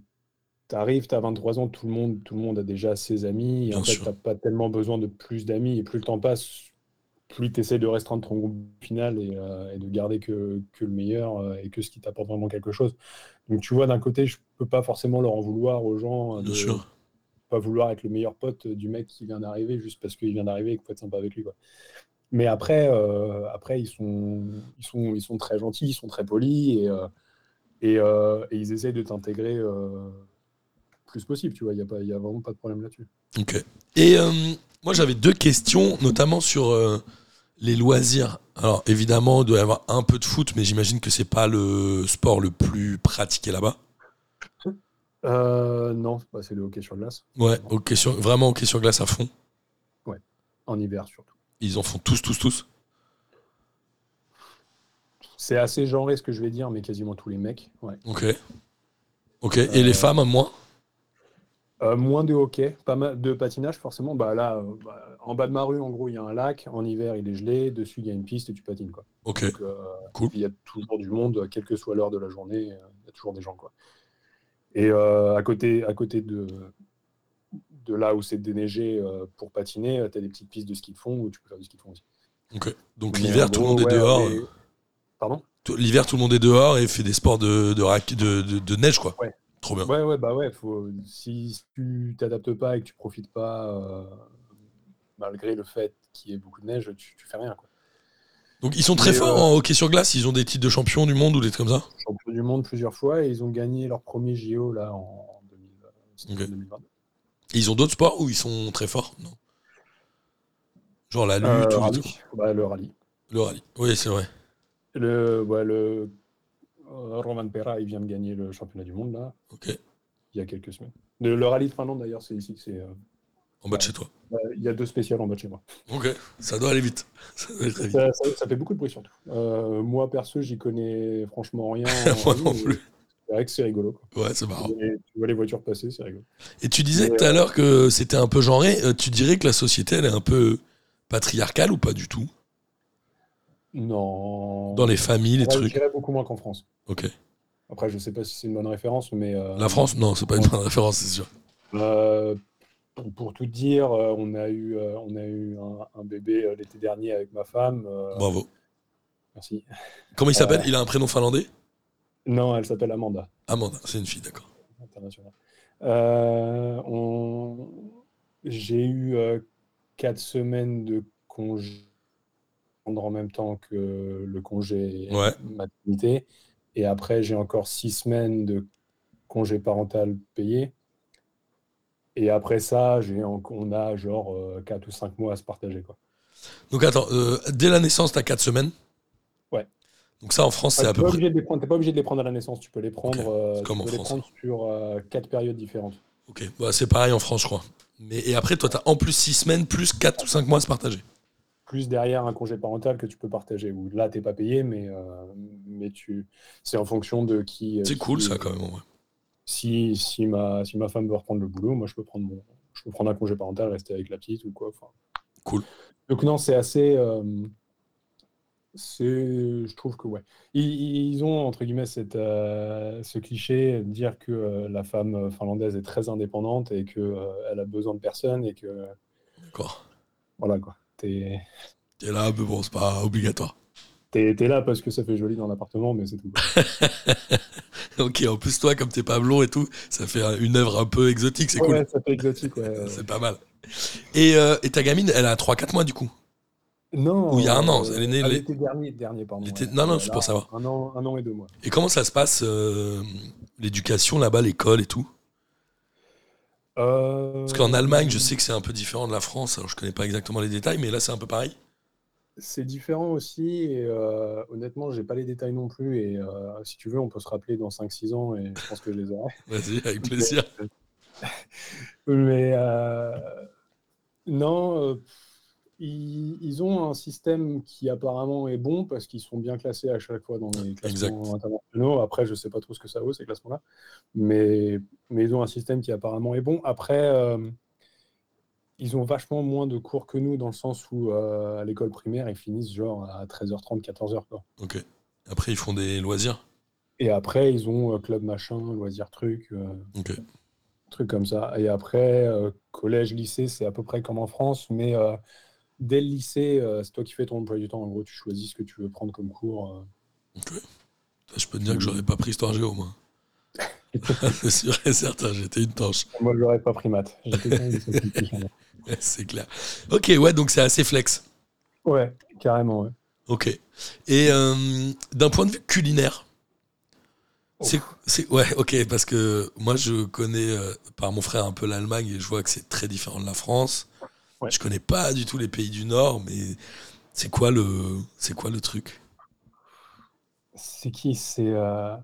Speaker 5: t'arrives, t'as 23 ans, tout le monde, tout le monde a déjà ses amis, et
Speaker 1: Bien
Speaker 5: en fait,
Speaker 1: sûr.
Speaker 5: t'as pas tellement besoin de plus d'amis, et plus le temps passe, plus tu essaies de restreindre ton groupe final et, euh, et de garder que, que le meilleur euh, et que ce qui t'apporte vraiment quelque chose. Donc tu vois, d'un côté, je peux pas forcément leur en vouloir aux gens euh,
Speaker 1: Bien
Speaker 5: de
Speaker 1: sûr.
Speaker 5: pas vouloir être le meilleur pote euh, du mec qui vient d'arriver juste parce qu'il vient d'arriver et qu'il faut être sympa avec lui. Quoi. Mais après, euh, après ils, sont, ils, sont, ils sont très gentils, ils sont très polis et, euh, et, euh, et ils essayent de t'intégrer euh, plus possible. Tu vois, il n'y a, pas- y a vraiment pas de problème là-dessus.
Speaker 1: Ok. Et euh, moi, j'avais deux questions, notamment sur euh, les loisirs. Alors, évidemment, il doit y avoir un peu de foot, mais j'imagine que c'est pas le sport le plus pratiqué là-bas.
Speaker 5: Euh, non, bah, c'est le hockey sur glace,
Speaker 1: Ouais, ok sur, vraiment ok sur glace à fond.
Speaker 5: en hiver surtout.
Speaker 1: Ils en font tous, tous, tous.
Speaker 5: C'est assez genré ce que je vais dire, mais quasiment tous les mecs. Ouais.
Speaker 1: Ok. Ok. Et les femmes, moins
Speaker 5: Euh, moins de hockey, pas mal de patinage forcément. Bah là, euh, bah, en bas de ma rue, en gros, il y a un lac. En hiver, il est gelé. Dessus, il y a une piste et tu patines quoi.
Speaker 1: Ok.
Speaker 5: Donc, euh,
Speaker 1: Cool.
Speaker 5: Il y a toujours du monde, euh, quelle que soit l'heure de la journée, euh, il y a toujours des gens. Quoi. Et euh, à côté, à côté de, de là où c'est déneigé euh, pour patiner, tu as des petites pistes de ski de fond où tu peux faire du ski de fond aussi.
Speaker 1: Ok. Donc,
Speaker 5: Mais
Speaker 1: l'hiver,
Speaker 5: en
Speaker 1: tout le
Speaker 5: gros,
Speaker 1: monde est
Speaker 5: ouais,
Speaker 1: dehors.
Speaker 5: mais-
Speaker 1: euh,
Speaker 5: Pardon
Speaker 1: tout- L'hiver, tout le monde est dehors et fait des sports de, de, rac- de, de- de neige, quoi.
Speaker 5: Ouais.
Speaker 1: Trop bien.
Speaker 5: Ouais, ouais, bah ouais, faut, si tu t'adaptes pas et que tu profites pas, euh, malgré le fait qu'il y ait beaucoup de neige, tu, tu fais rien. Quoi.
Speaker 1: Donc ils sont très
Speaker 5: Mais,
Speaker 1: forts
Speaker 5: euh,
Speaker 1: en hockey sur glace, ils ont des titres de champion du monde ou des trucs comme ça
Speaker 5: Champion du monde plusieurs fois et ils ont gagné leur premier JO là en, 2020, c'était en
Speaker 1: Ok.
Speaker 5: 2020.
Speaker 1: Et ils ont d'autres sports où ils sont très forts Non. Genre la lutte
Speaker 5: Euh,
Speaker 1: ou des
Speaker 5: rallye,
Speaker 1: trucs-
Speaker 5: bah, le rallye.
Speaker 1: Le rallye. Oui, c'est vrai.
Speaker 5: Le, ouais, le euh, Roman Pera, il vient de gagner le championnat du monde là,
Speaker 1: Ok.
Speaker 5: il y a quelques semaines. Le, le rallye de Finlande d'ailleurs, c'est ici, c'est. euh,
Speaker 1: En bas de chez toi.
Speaker 5: ouais, il y a deux spéciales en bas de chez moi.
Speaker 1: Ok. Ça doit aller vite. Ça doit aller très vite.
Speaker 5: Ça, ça- ça fait beaucoup de bruit surtout. Euh, moi perso, j'y connais franchement rien. en
Speaker 1: Moi
Speaker 5: rallye,
Speaker 1: non
Speaker 5: mais
Speaker 1: plus.
Speaker 5: C'est vrai que c'est rigolo. quoi.
Speaker 1: Ouais, c'est
Speaker 5: Tu
Speaker 1: marrant.
Speaker 5: vois les- tu vois les voitures passer, c'est rigolo.
Speaker 1: Et tu disais
Speaker 5: Mais,
Speaker 1: tout à l'heure que c'était un peu genré. Euh, Tu dirais que la société, elle est un peu patriarcale ou pas du tout
Speaker 5: Non.
Speaker 1: Dans les familles, les
Speaker 5: Ouais, je
Speaker 1: trucs.
Speaker 5: dirais beaucoup moins qu'en France.
Speaker 1: Ok.
Speaker 5: Après, je sais pas si c'est une bonne référence, mais. euh,
Speaker 1: La France, non, c'est pas une bonne référence, c'est sûr.
Speaker 5: Euh, pour- pour tout dire, euh, on a eu, euh, on a eu un, un bébé euh, l'été dernier avec ma femme. euh,
Speaker 1: Bravo.
Speaker 5: Merci.
Speaker 1: Comment il s'appelle Il a un prénom finlandais
Speaker 5: Non, elle s'appelle Amanda,
Speaker 1: Amanda, c'est une fille, d'accord.
Speaker 5: internationale. Euh, on... J'ai eu euh, quatre semaines de congé en même temps que le congé
Speaker 1: Ouais.
Speaker 5: maternité. Et après, j'ai encore six semaines de congé parental payé. Et après ça, j'ai en- on a genre euh, quatre ou cinq mois à se partager, quoi.
Speaker 1: Donc attends, euh, dès la naissance, t'as 4 semaines
Speaker 5: Ouais.
Speaker 1: Donc ça, en France, c'est
Speaker 5: Ah,
Speaker 1: à
Speaker 5: t'es
Speaker 1: peu
Speaker 5: pas
Speaker 1: près.
Speaker 5: obligé de les prendre, t'es pas obligé de les prendre à la naissance, tu peux les prendre, euh, tu
Speaker 1: comme en
Speaker 5: peux les
Speaker 1: France.
Speaker 5: prendre sur euh, quatre périodes différentes.
Speaker 1: Ok, bah, c'est pareil en France, je crois. Mais, et après, toi, t'as en plus 6 semaines, plus 4 ou 5 mois à se partager.
Speaker 5: Plus derrière un congé parental que tu peux partager, où là t'es pas payé, mais, euh, mais tu c'est en fonction de qui. euh,
Speaker 1: C'est
Speaker 5: qui-
Speaker 1: cool, ça, quand même. en vrai.
Speaker 5: Si, si, ma, si ma femme veut reprendre le boulot, moi je peux prendre, mon, je peux prendre un congé parental, rester avec la petite ou quoi. enfin.
Speaker 1: Cool.
Speaker 5: Donc non, c'est assez. euh, C'est, je trouve que ouais. Ils, ils ont entre guillemets cette, euh, ce cliché de dire que euh, la femme finlandaise est très indépendante et que euh, elle a besoin de personne et que
Speaker 1: D'accord.
Speaker 5: voilà quoi. T'es,
Speaker 1: T'es là, mais bon, c'est pas obligatoire.
Speaker 5: t'es, t'es là parce que ça fait joli dans l'appartement, mais c'est tout.
Speaker 1: ok, en plus, toi, comme t'es pas blond et tout, ça fait un- une œuvre un peu exotique, c'est
Speaker 5: Ouais,
Speaker 1: cool.
Speaker 5: ouais, ça fait exotique. ouais, ouais.
Speaker 1: C'est pas mal. Et, euh, et ta gamine, elle a 3-4 mois du coup.
Speaker 5: Non.
Speaker 1: Ou il y a un an,
Speaker 5: euh,
Speaker 1: elle est née
Speaker 5: ah,
Speaker 1: l'é-
Speaker 5: l'été dernier, dernier pardon.
Speaker 1: L'été-
Speaker 5: ouais.
Speaker 1: non, non,
Speaker 5: Ouais,
Speaker 1: c'est
Speaker 5: là,
Speaker 1: pour savoir.
Speaker 5: Un an, un an et deux mois.
Speaker 1: Et comment ça se passe, euh, l'éducation là-bas, l'école et tout
Speaker 5: Euh,
Speaker 1: Parce qu'en Allemagne, je sais que c'est un peu différent de la France, alors je connais pas exactement les détails, mais là, c'est un peu pareil.
Speaker 5: C'est différent aussi, et euh, honnêtement, j'ai pas les détails non plus. Et euh, si tu veux, on peut se rappeler dans 5-6 ans, et je pense que je les aurai.
Speaker 1: Vas-y, avec plaisir.
Speaker 5: Mais euh, non, euh, ils, ils ont un système qui apparemment est bon parce qu'ils sont bien classés à chaque fois dans les classements
Speaker 1: Exact.
Speaker 5: internationaux. Après, je sais pas trop ce que ça vaut ces classements-là, mais, mais ils ont un système qui apparemment est bon. Après, euh, ils ont vachement moins de cours que nous dans le sens où euh, à l'école primaire, ils finissent genre à 13h30, 14h, quoi.
Speaker 1: Ok. Après, ils font des loisirs.
Speaker 5: Et après, ils ont euh, club machin, loisirs truc, euh,
Speaker 1: Ok.
Speaker 5: truc comme ça. Et après, euh, collège, lycée, c'est à peu près comme en France, mais euh, dès le lycée, euh, c'est toi qui fais ton emploi du temps. En gros, tu choisis ce que tu veux prendre comme cours. euh.
Speaker 1: Ok. Ça, je peux te dire que j'aurais pas pris histoire géo, moi. c'est sûr et certain, j'étais une tanche.
Speaker 5: Moi, je n'aurais pas pris maths. J'ai quelqu'un qui s'occupe de ça.
Speaker 1: C'est clair. Ok, ouais, donc c'est assez flex.
Speaker 5: Ouais, carrément. ouais.
Speaker 1: Ok. Et euh, d'un point de vue culinaire, c'est, c'est- ouais, ok, parce que moi je connais euh, par mon frère un peu l'Allemagne et je vois que c'est très différent de la France.
Speaker 5: Ouais.
Speaker 1: Je connais pas du tout les pays du Nord, mais c'est quoi le, c'est quoi le truc
Speaker 5: C'est qui C'est euh,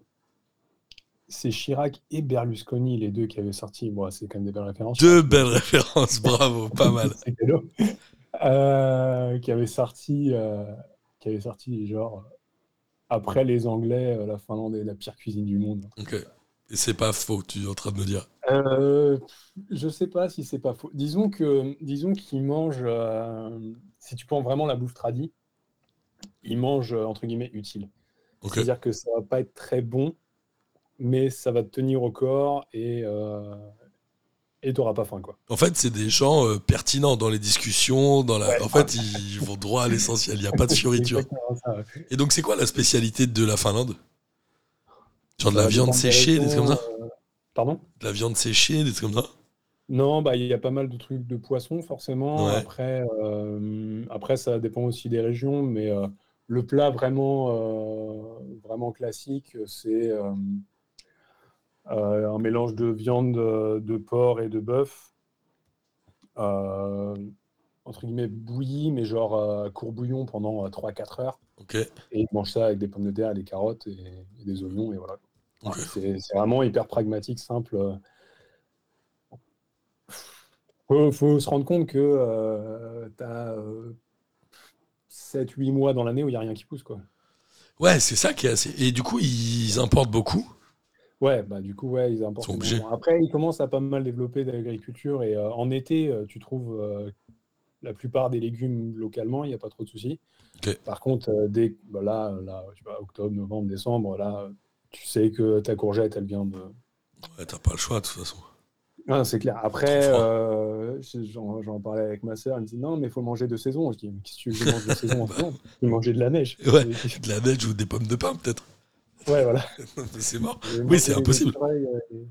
Speaker 5: c'est Chirac et Berlusconi, les deux qui avaient sorti. Bon, c'est quand même des belles références.
Speaker 1: Deux belles références, bravo, pas mal.
Speaker 5: C'est cadeau. Euh, qui avait sorti, euh, qui avait sorti genre après les Anglais, euh, la Finlande est la pire cuisine du monde.
Speaker 1: Ok. Et c'est pas faux, tu es en train de me dire.
Speaker 5: Euh, je sais pas si c'est pas faux. Disons que, disons qu'ils mangent, euh, si tu prends vraiment la bouffe tradie, ils mangent euh, entre guillemets utile.
Speaker 1: Ok.
Speaker 5: C'est-à-dire que ça va pas être très bon, mais ça va te tenir au corps et euh, et t'auras pas faim quoi.
Speaker 1: En fait, c'est des gens euh, pertinents dans les discussions, dans la. En fait, ils vont droit à l'essentiel. Il n'y a pas de fioriture.
Speaker 5: Exactement ça, ouais.
Speaker 1: Et donc, c'est quoi la spécialité de la Finlande Genre de la
Speaker 5: Ça Bah, dépend
Speaker 1: viande
Speaker 5: des
Speaker 1: séchée, des trucs comme ça
Speaker 5: raisons, euh, Pardon?
Speaker 1: De la viande séchée, des trucs comme ça
Speaker 5: Non, bah, il y a pas mal de trucs de poissons, forcément.
Speaker 1: Ouais.
Speaker 5: Après, euh, après, ça dépend aussi des régions, mais euh, le plat vraiment, euh, vraiment classique, c'est euh, euh, un mélange de viande, euh, de porc et de bœuf, euh, entre guillemets bouilli, mais genre euh, courbouillon pendant euh, 3-4 heures.
Speaker 1: Ok.
Speaker 5: Et ils mangent ça avec des pommes de terre, des carottes et, et des oignons, et voilà.
Speaker 1: Ok.
Speaker 5: C'est c'est vraiment hyper pragmatique, simple. Faut, faut se rendre compte que euh, tu as 7-8 mois dans l'année où il n'y a rien qui pousse, quoi.
Speaker 1: Ouais, c'est ça qui est assez. Et du coup, ils importent beaucoup.
Speaker 5: Ouais, bah du coup, ouais, ils importent
Speaker 1: sont obligés.
Speaker 5: énormément. Après, ils commencent à pas mal développer de l'agriculture et euh, en été, euh, tu trouves euh, la plupart des légumes localement, il n'y a pas trop de soucis.
Speaker 1: Ok.
Speaker 5: Par contre, euh, dès bah, là, là, je sais pas, octobre, novembre, décembre, là, tu sais que ta courgette, elle vient de.
Speaker 1: Ouais, t'as pas le choix, de toute façon.
Speaker 5: Ah, c'est clair. Après,
Speaker 1: froid.
Speaker 5: euh, je- j'en j'en parlais avec ma sœur, elle me dit non, mais il faut manger de saison. Je dis, mais qu'est-ce que tu veux que je mange de saison en ce moment? Je veux manger de la neige.
Speaker 1: Ouais.
Speaker 5: Et-
Speaker 1: De la neige ou des pommes de pain, peut-être.
Speaker 5: Ouais, voilà.
Speaker 1: Mais c'est mort.
Speaker 5: Je vais
Speaker 1: Oui, c'est
Speaker 5: manger des
Speaker 1: impossible.
Speaker 5: écureuils, euh,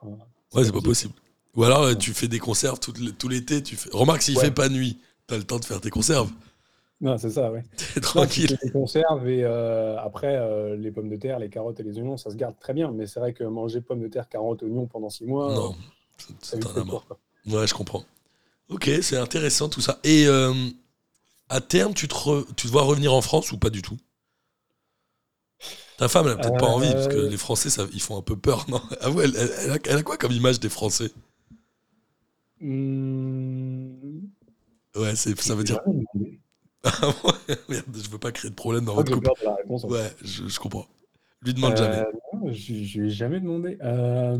Speaker 5: enfin,
Speaker 1: Ouais, c'est pas possible. Ou alors, euh, tu fais des conserves tout, tout l'été. Tu fais... Remarque, s'il
Speaker 5: Ouais.
Speaker 1: fait pas nuit, t'as le temps de faire tes conserves.
Speaker 5: Non, c'est ça, ouais.
Speaker 1: T'es
Speaker 5: Non, tu
Speaker 1: tranquille.
Speaker 5: fais des conserves et euh, après, euh, les pommes de terre, les carottes et les oignons, ça se garde très bien. Mais c'est vrai que manger pommes de terre, carottes, oignons pendant six mois, euh,
Speaker 1: Non,
Speaker 5: ça
Speaker 1: c'est
Speaker 5: vite
Speaker 1: un
Speaker 5: fait le
Speaker 1: amas.
Speaker 5: tour, quoi.
Speaker 1: Ouais, je comprends. Ok, c'est intéressant tout ça. Et euh, à terme, tu te, re- tu te vois revenir en France ou pas du tout Ta femme, elle a peut-être pas
Speaker 5: Euh,
Speaker 1: envie, parce que les Français, ça- ils font un peu peur, non Avoue, elle, elle- elle a, elle a quoi comme image des Français
Speaker 5: Hum,
Speaker 1: Ouais, c'est- ça veut
Speaker 5: j'ai
Speaker 1: dire.
Speaker 5: jamais demandé.
Speaker 1: Merde, je veux pas créer de problème dans
Speaker 5: Ah,
Speaker 1: votre
Speaker 5: j'ai
Speaker 1: couple.
Speaker 5: peur de la réponse, en fait.
Speaker 1: Ouais, je, je comprends. Lui demande jamais.
Speaker 5: Euh, non, je je lui ai jamais demandé. Euh,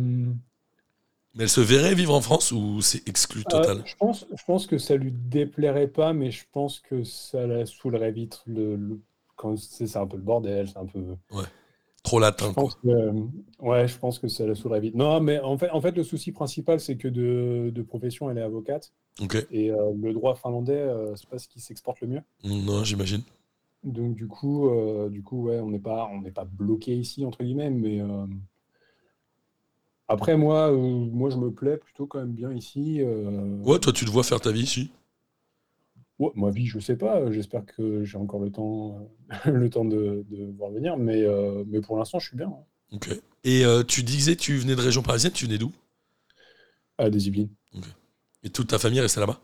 Speaker 1: Mais elle se verrait vivre en France ou c'est exclu
Speaker 5: Euh,
Speaker 1: total
Speaker 5: je pense, je pense que ça lui déplairait pas, mais je pense que ça la saoulerait vite le, le- quand c'est c'est un peu le bordel, c'est un peu.
Speaker 1: Trop latin.
Speaker 5: Je
Speaker 1: quoi.
Speaker 5: pense que, euh, ouais, je pense que ça la saoulerait vite. Non, mais en fait, en fait le souci principal, c'est que de, de profession, elle est avocate.
Speaker 1: Ok.
Speaker 5: Et euh, le droit finlandais, euh, c'est pas ce qui s'exporte le mieux.
Speaker 1: Non, j'imagine.
Speaker 5: Donc, du coup, euh, du coup ouais, on n'est pas, on n'est pas bloqué ici, entre guillemets. Mais euh, après, moi, euh, moi, je me plais plutôt quand même bien ici. euh,
Speaker 1: Ouais, toi, tu te vois faire ta vie ici.
Speaker 5: Ouais, ma vie, je sais pas. euh, J'espère que j'ai encore le temps, euh, le temps de, de voir venir. Mais, euh, mais pour l'instant, je suis bien. hein.
Speaker 1: Ok. Et euh, tu disais, tu venais de région parisienne, tu venais d'où
Speaker 5: À des Yvelines.
Speaker 1: Et toute ta famille restait là-bas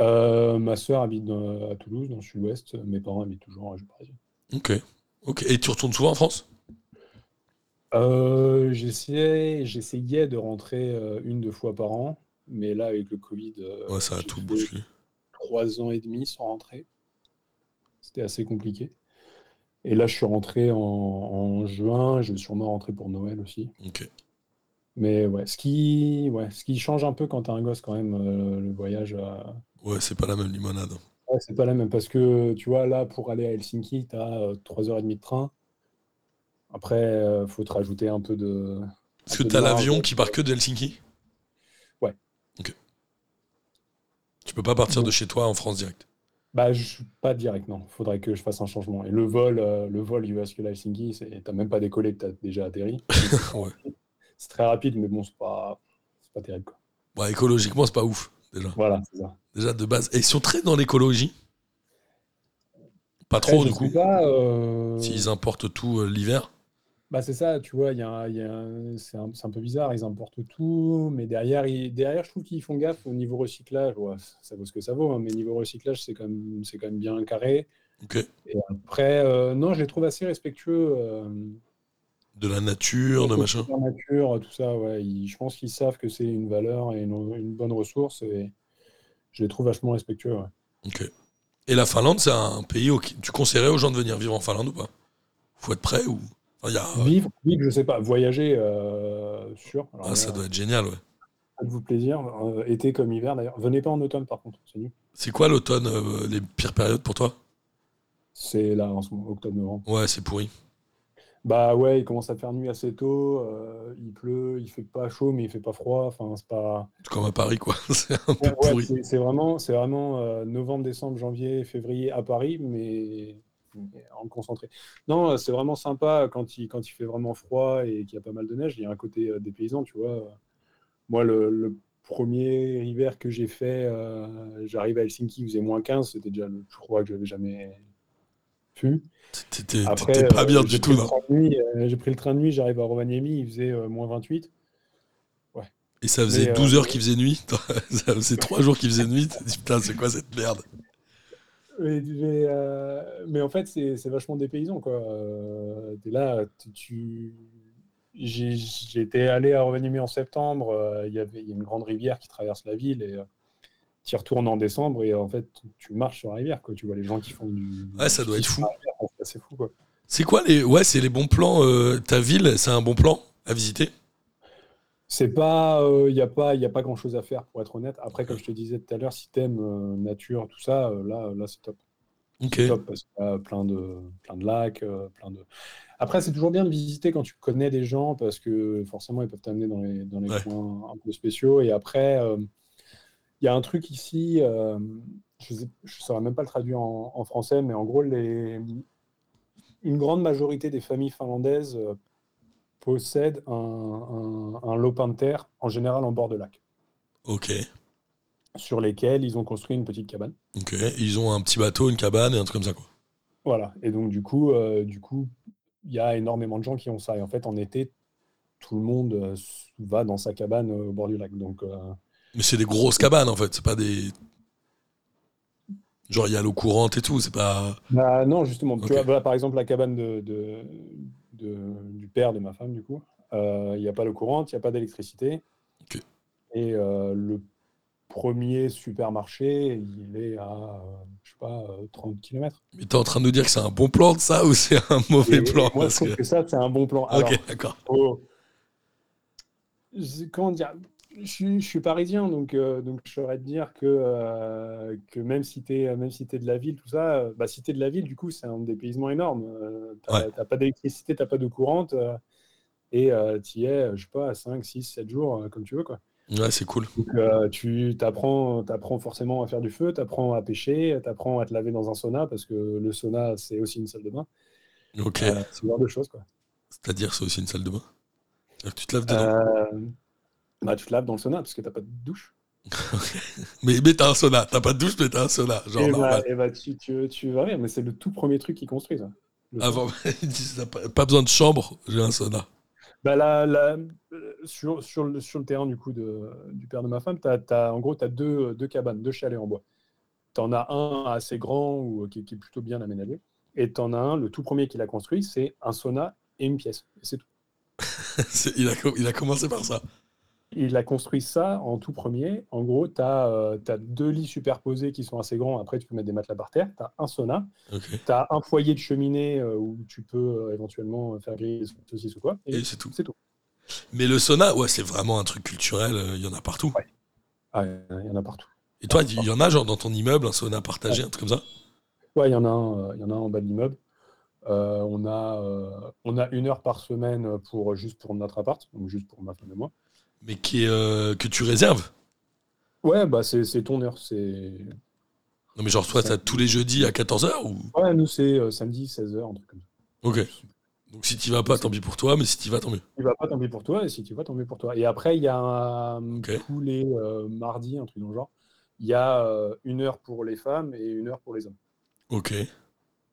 Speaker 5: Euh, ma sœur habite dans- à Toulouse, dans le sud-ouest. Mes parents habitent toujours en région parisienne.
Speaker 1: Ok. Ok. Et tu retournes souvent en France
Speaker 5: Euh, j'essayais, j'essayais de rentrer euh, une, deux fois par an. Mais là, avec le Covid, euh,
Speaker 1: Ouais, ça a
Speaker 5: j'ai
Speaker 1: tout
Speaker 5: fait
Speaker 1: bousculé.
Speaker 5: trois ans et demi sans rentrer. C'était assez compliqué. Et là, je suis rentré en, en juin. Je vais sûrement rentrer pour Noël aussi.
Speaker 1: Ok.
Speaker 5: Mais ouais, ce qui, ouais, ce qui change un peu quand t'as un gosse quand même, euh, le voyage. à-
Speaker 1: Ouais, c'est pas la même limonade.
Speaker 5: Ouais, c'est pas la même parce que tu vois, là, pour aller à Helsinki, t'as euh, as 3h30 de train. Après, euh, faut te rajouter un peu de.
Speaker 1: Parce
Speaker 5: un
Speaker 1: que
Speaker 5: peu de
Speaker 1: t'as
Speaker 5: marge.
Speaker 1: l'avion qui part que de Helsinki
Speaker 5: Ouais.
Speaker 1: Ok. Tu peux pas partir de
Speaker 5: Donc-
Speaker 1: chez toi en France direct.
Speaker 5: Bah, je suis pas direct, non. Faudrait que je fasse un changement. Et le vol, euh, le vol USQ Helsinki, c'est- t'as même pas décollé, t'as déjà atterri.
Speaker 1: Ouais.
Speaker 5: C'est très rapide, mais bon, c'est pas, c'est pas terrible, quoi.
Speaker 1: Bah, écologiquement, c'est pas ouf, déjà.
Speaker 5: Voilà, c'est ça.
Speaker 1: Déjà, de base. Et ils sont très dans l'écologie. Pas
Speaker 5: Après,
Speaker 1: trop,
Speaker 5: Eh, je
Speaker 1: du
Speaker 5: sais
Speaker 1: coup.
Speaker 5: pas, euh,
Speaker 1: S'ils importent tout euh, l'hiver.
Speaker 5: Bah c'est ça, tu vois, il y a, un- il y a un- c'est un, c'est un peu bizarre, ils importent tout, mais derrière, ils- derrière je trouve qu'ils font gaffe au niveau recyclage. Ouais, ça vaut ce que ça vaut, hein, mais niveau recyclage, c'est quand même, c'est quand même bien carré.
Speaker 1: Ok.
Speaker 5: Et après, euh, non, je les trouve assez respectueux. euh,
Speaker 1: De la
Speaker 5: Bah,
Speaker 1: nature, de machin.
Speaker 5: la nature, tout ça, ouais. ils- je pense qu'ils savent que c'est une valeur et une, une bonne ressource, et je les trouve vachement respectueux. ouais.
Speaker 1: Ok. Et la Finlande, c'est un pays où tu conseillerais aux gens de venir vivre en Finlande ou pas Faut être prêt ou Enfin, il y a-
Speaker 5: Vivre, vivre, je sais pas, voyager, euh, sûr. Alors
Speaker 1: Ah, ça
Speaker 5: là,
Speaker 1: doit être génial, ouais.
Speaker 5: Faites-vous plaisir, euh, été comme hiver d'ailleurs. Venez pas en automne par contre, c'est nul.
Speaker 1: C'est quoi l'automne, euh, les pires périodes pour toi
Speaker 5: C'est là en ce moment, octobre-novembre.
Speaker 1: Ouais, c'est pourri.
Speaker 5: Bah ouais, il commence à faire nuit assez tôt, euh, il pleut, il fait pas chaud, mais il fait pas froid. Enfin, c'est pas.
Speaker 1: Comme à Paris, quoi. c'est un peu
Speaker 5: Ouais, ouais,
Speaker 1: pourri.
Speaker 5: c'est c'est vraiment, c'est vraiment euh, novembre, décembre, janvier, février à Paris, mais, mais en concentré. Non, euh, c'est vraiment sympa quand il, quand il fait vraiment froid et qu'il y a pas mal de neige. Il y a un côté euh, dépaysant, tu vois. Moi, le, le premier hiver que j'ai fait, euh, j'arrive à Helsinki, il faisait moins 15, c'était déjà le plus froid que j'avais jamais vu.
Speaker 1: T'étais
Speaker 5: Après,
Speaker 1: t'étais pas
Speaker 5: euh,
Speaker 1: bien
Speaker 5: j'ai
Speaker 1: du tout,
Speaker 5: pris le
Speaker 1: là.
Speaker 5: train de nuit, euh, j'ai pris le train de nuit, j'arrive à Rovaniemi, il faisait euh, moins 28.
Speaker 1: Et ça faisait
Speaker 5: Mais, euh,
Speaker 1: 12 heures qu'il faisait nuit. ça faisait 3 jours qu'il faisait nuit. T'as dit, putain, c'est quoi cette merde
Speaker 5: Mais, mais, euh, mais en fait, c'est c'est vachement dépaysant, quoi. Euh, t'es là, tu... tu- j'ai- J'étais allé à Rovaniemi en septembre, euh, il y avait il y a une grande rivière qui traverse la ville et euh, tu y retournes en décembre et en fait, tu marches sur la rivière, quoi. Tu vois les gens qui font du...
Speaker 1: Ouais, ça doit être fou.
Speaker 5: C'est fou, quoi.
Speaker 1: C'est quoi les. Ouais, c'est les bons plans. euh, ta ville, c'est un bon plan à visiter
Speaker 5: C'est pas, euh, il n'y a pas, y a pas grand-chose à faire pour être honnête. Après, comme je te disais tout à l'heure, si t'aimes euh, nature, tout ça, euh, là, là, c'est top.
Speaker 1: Ok.
Speaker 5: C'est top parce qu'il y a plein de, plein de lacs, euh, plein de. Après, c'est toujours bien de visiter quand tu connais des gens parce que forcément, ils peuvent t'amener dans les, dans les
Speaker 1: Ouais.
Speaker 5: coins un peu spéciaux. Et après, euh, il y a un truc ici, euh, je ne saurais même pas le traduire en, en français, mais en gros, les, une grande majorité des familles finlandaises euh, possèdent un, un- un lopin de terre, en général en bord de lac,
Speaker 1: Ok.
Speaker 5: sur lesquels ils ont construit une petite cabane.
Speaker 1: Ok. Ils ont un petit bateau, une cabane et un truc comme ça, quoi.
Speaker 5: Voilà. Et donc, du coup, euh, du coup, il y a énormément de gens qui ont ça. Et en fait, en été, tout le monde euh, s- va dans sa cabane euh, au bord du lac. Donc, euh,
Speaker 1: Mais c'est des grosses cabanes, en fait. C'est pas des. Genre, il y a l'eau courante et tout. C'est pas.
Speaker 5: bah, non, justement, tu
Speaker 1: Ok.
Speaker 5: vois, voilà, par exemple, la cabane de, de- de- du père de ma femme, du coup, euh, il n'y a pas l'eau courante, il n'y a pas d'électricité.
Speaker 1: Ok.
Speaker 5: Et euh, le premier supermarché, il est à, euh, je sais pas, euh, 30 km.
Speaker 1: Mais t'es en train de nous dire que c'est un bon plan de ça ou c'est un mauvais plan
Speaker 5: moi, je
Speaker 1: parce
Speaker 5: trouve
Speaker 1: que-
Speaker 5: que ça, c'est un bon plan. Alors,
Speaker 1: Ok, d'accord.
Speaker 5: faut- je- Oh. Comment dire? Je suis, je suis parisien, donc, euh, donc je saurais te dire que, euh, que même si tu es, si t'es de la ville, tout ça, euh, bah, si tu es de la ville, du coup, c'est un dépaysement énorme. Euh, t'as- t'as pas d'électricité, tu pas d'eau courante, euh, et tu y es, euh, je sais pas, 5, 6, 7 jours, euh, comme tu veux. Quoi.
Speaker 1: Ouais, c'est cool.
Speaker 5: Donc, euh, tu t'apprends, t'apprends forcément à faire du feu, t'apprends à pêcher, t'apprends à te laver dans un sauna, parce que le sauna, c'est aussi une salle de bain.
Speaker 1: Ok.
Speaker 5: Voilà, ce genre de choses. Quoi.
Speaker 1: C'est-à-dire, c'est aussi une salle de bain C'est-à-dire que tu te laves dedans.
Speaker 5: Euh, bah, tu te laves dans le sauna, parce que t'as pas de douche.
Speaker 1: Mais, mais t'as un sauna. T'as pas de douche, mais t'as un sauna. Genre
Speaker 5: Et bah,
Speaker 1: normal.
Speaker 5: eh bah, tu, tu, tu vas rire, mais c'est le tout premier truc qu'ils construisent. hein. Le-
Speaker 1: Avant, ils disent, t'as pas, pas besoin de chambre, j'ai un sauna.
Speaker 5: Bah, la- la- euh, sur, sur, le, sur le terrain du coup de, du père de ma femme, t'as, t'as- en gros, tu as deux, deux cabanes, deux chalets en bois. Tu en as un assez grand ou, euh, qui, qui est plutôt bien aménagé. Et tu en as un, le tout premier qu'il a construit, c'est un sauna et une pièce. Et c'est tout.
Speaker 1: C'est- il, a, com- il a commencé par ça.
Speaker 5: Il a construit ça en tout premier. En gros, tu as, deux lits superposés qui sont assez grands. Après, tu peux mettre des matelas par terre. Tu as un sauna.
Speaker 1: Ok.
Speaker 5: Tu as un foyer de cheminée euh, où tu peux euh, éventuellement faire griller des saucisses ou quoi. Et
Speaker 1: Et c'est tout.
Speaker 5: c'est tout.
Speaker 1: Mais le sauna, ouais, c'est vraiment un truc culturel. euh, Il y en a partout.
Speaker 5: Ah, il y en a partout.
Speaker 1: Et toi, il y en a genre dans ton immeuble, un sauna partagé, un truc comme ça
Speaker 5: Ouais, il y en a un, euh, il y en a un en bas de l'immeuble. Euh, on a, euh, on a une heure par semaine pour euh, juste pour notre appart, donc juste pour ma femme et moi.
Speaker 1: Mais qui est, euh, que tu réserves
Speaker 5: Ouais, bah c'est c'est ton heure, c'est.
Speaker 1: Non, mais genre, toi, t'as tous les jeudis à 14h ou...
Speaker 5: Ouais, nous c'est euh, samedi 16h, un truc comme ça.
Speaker 1: Ok. Donc si t'y vas pas, tant pis pour toi, mais si t'y vas, tant mieux.
Speaker 5: Tu vas pas tomber pour toi, et si tu vas tomber pour toi. Et après, il y a un-
Speaker 1: Ok.
Speaker 5: tous les euh, mardis, un truc dans le genre, il y a euh, une heure pour les femmes et une heure pour les hommes.
Speaker 1: Ok. Et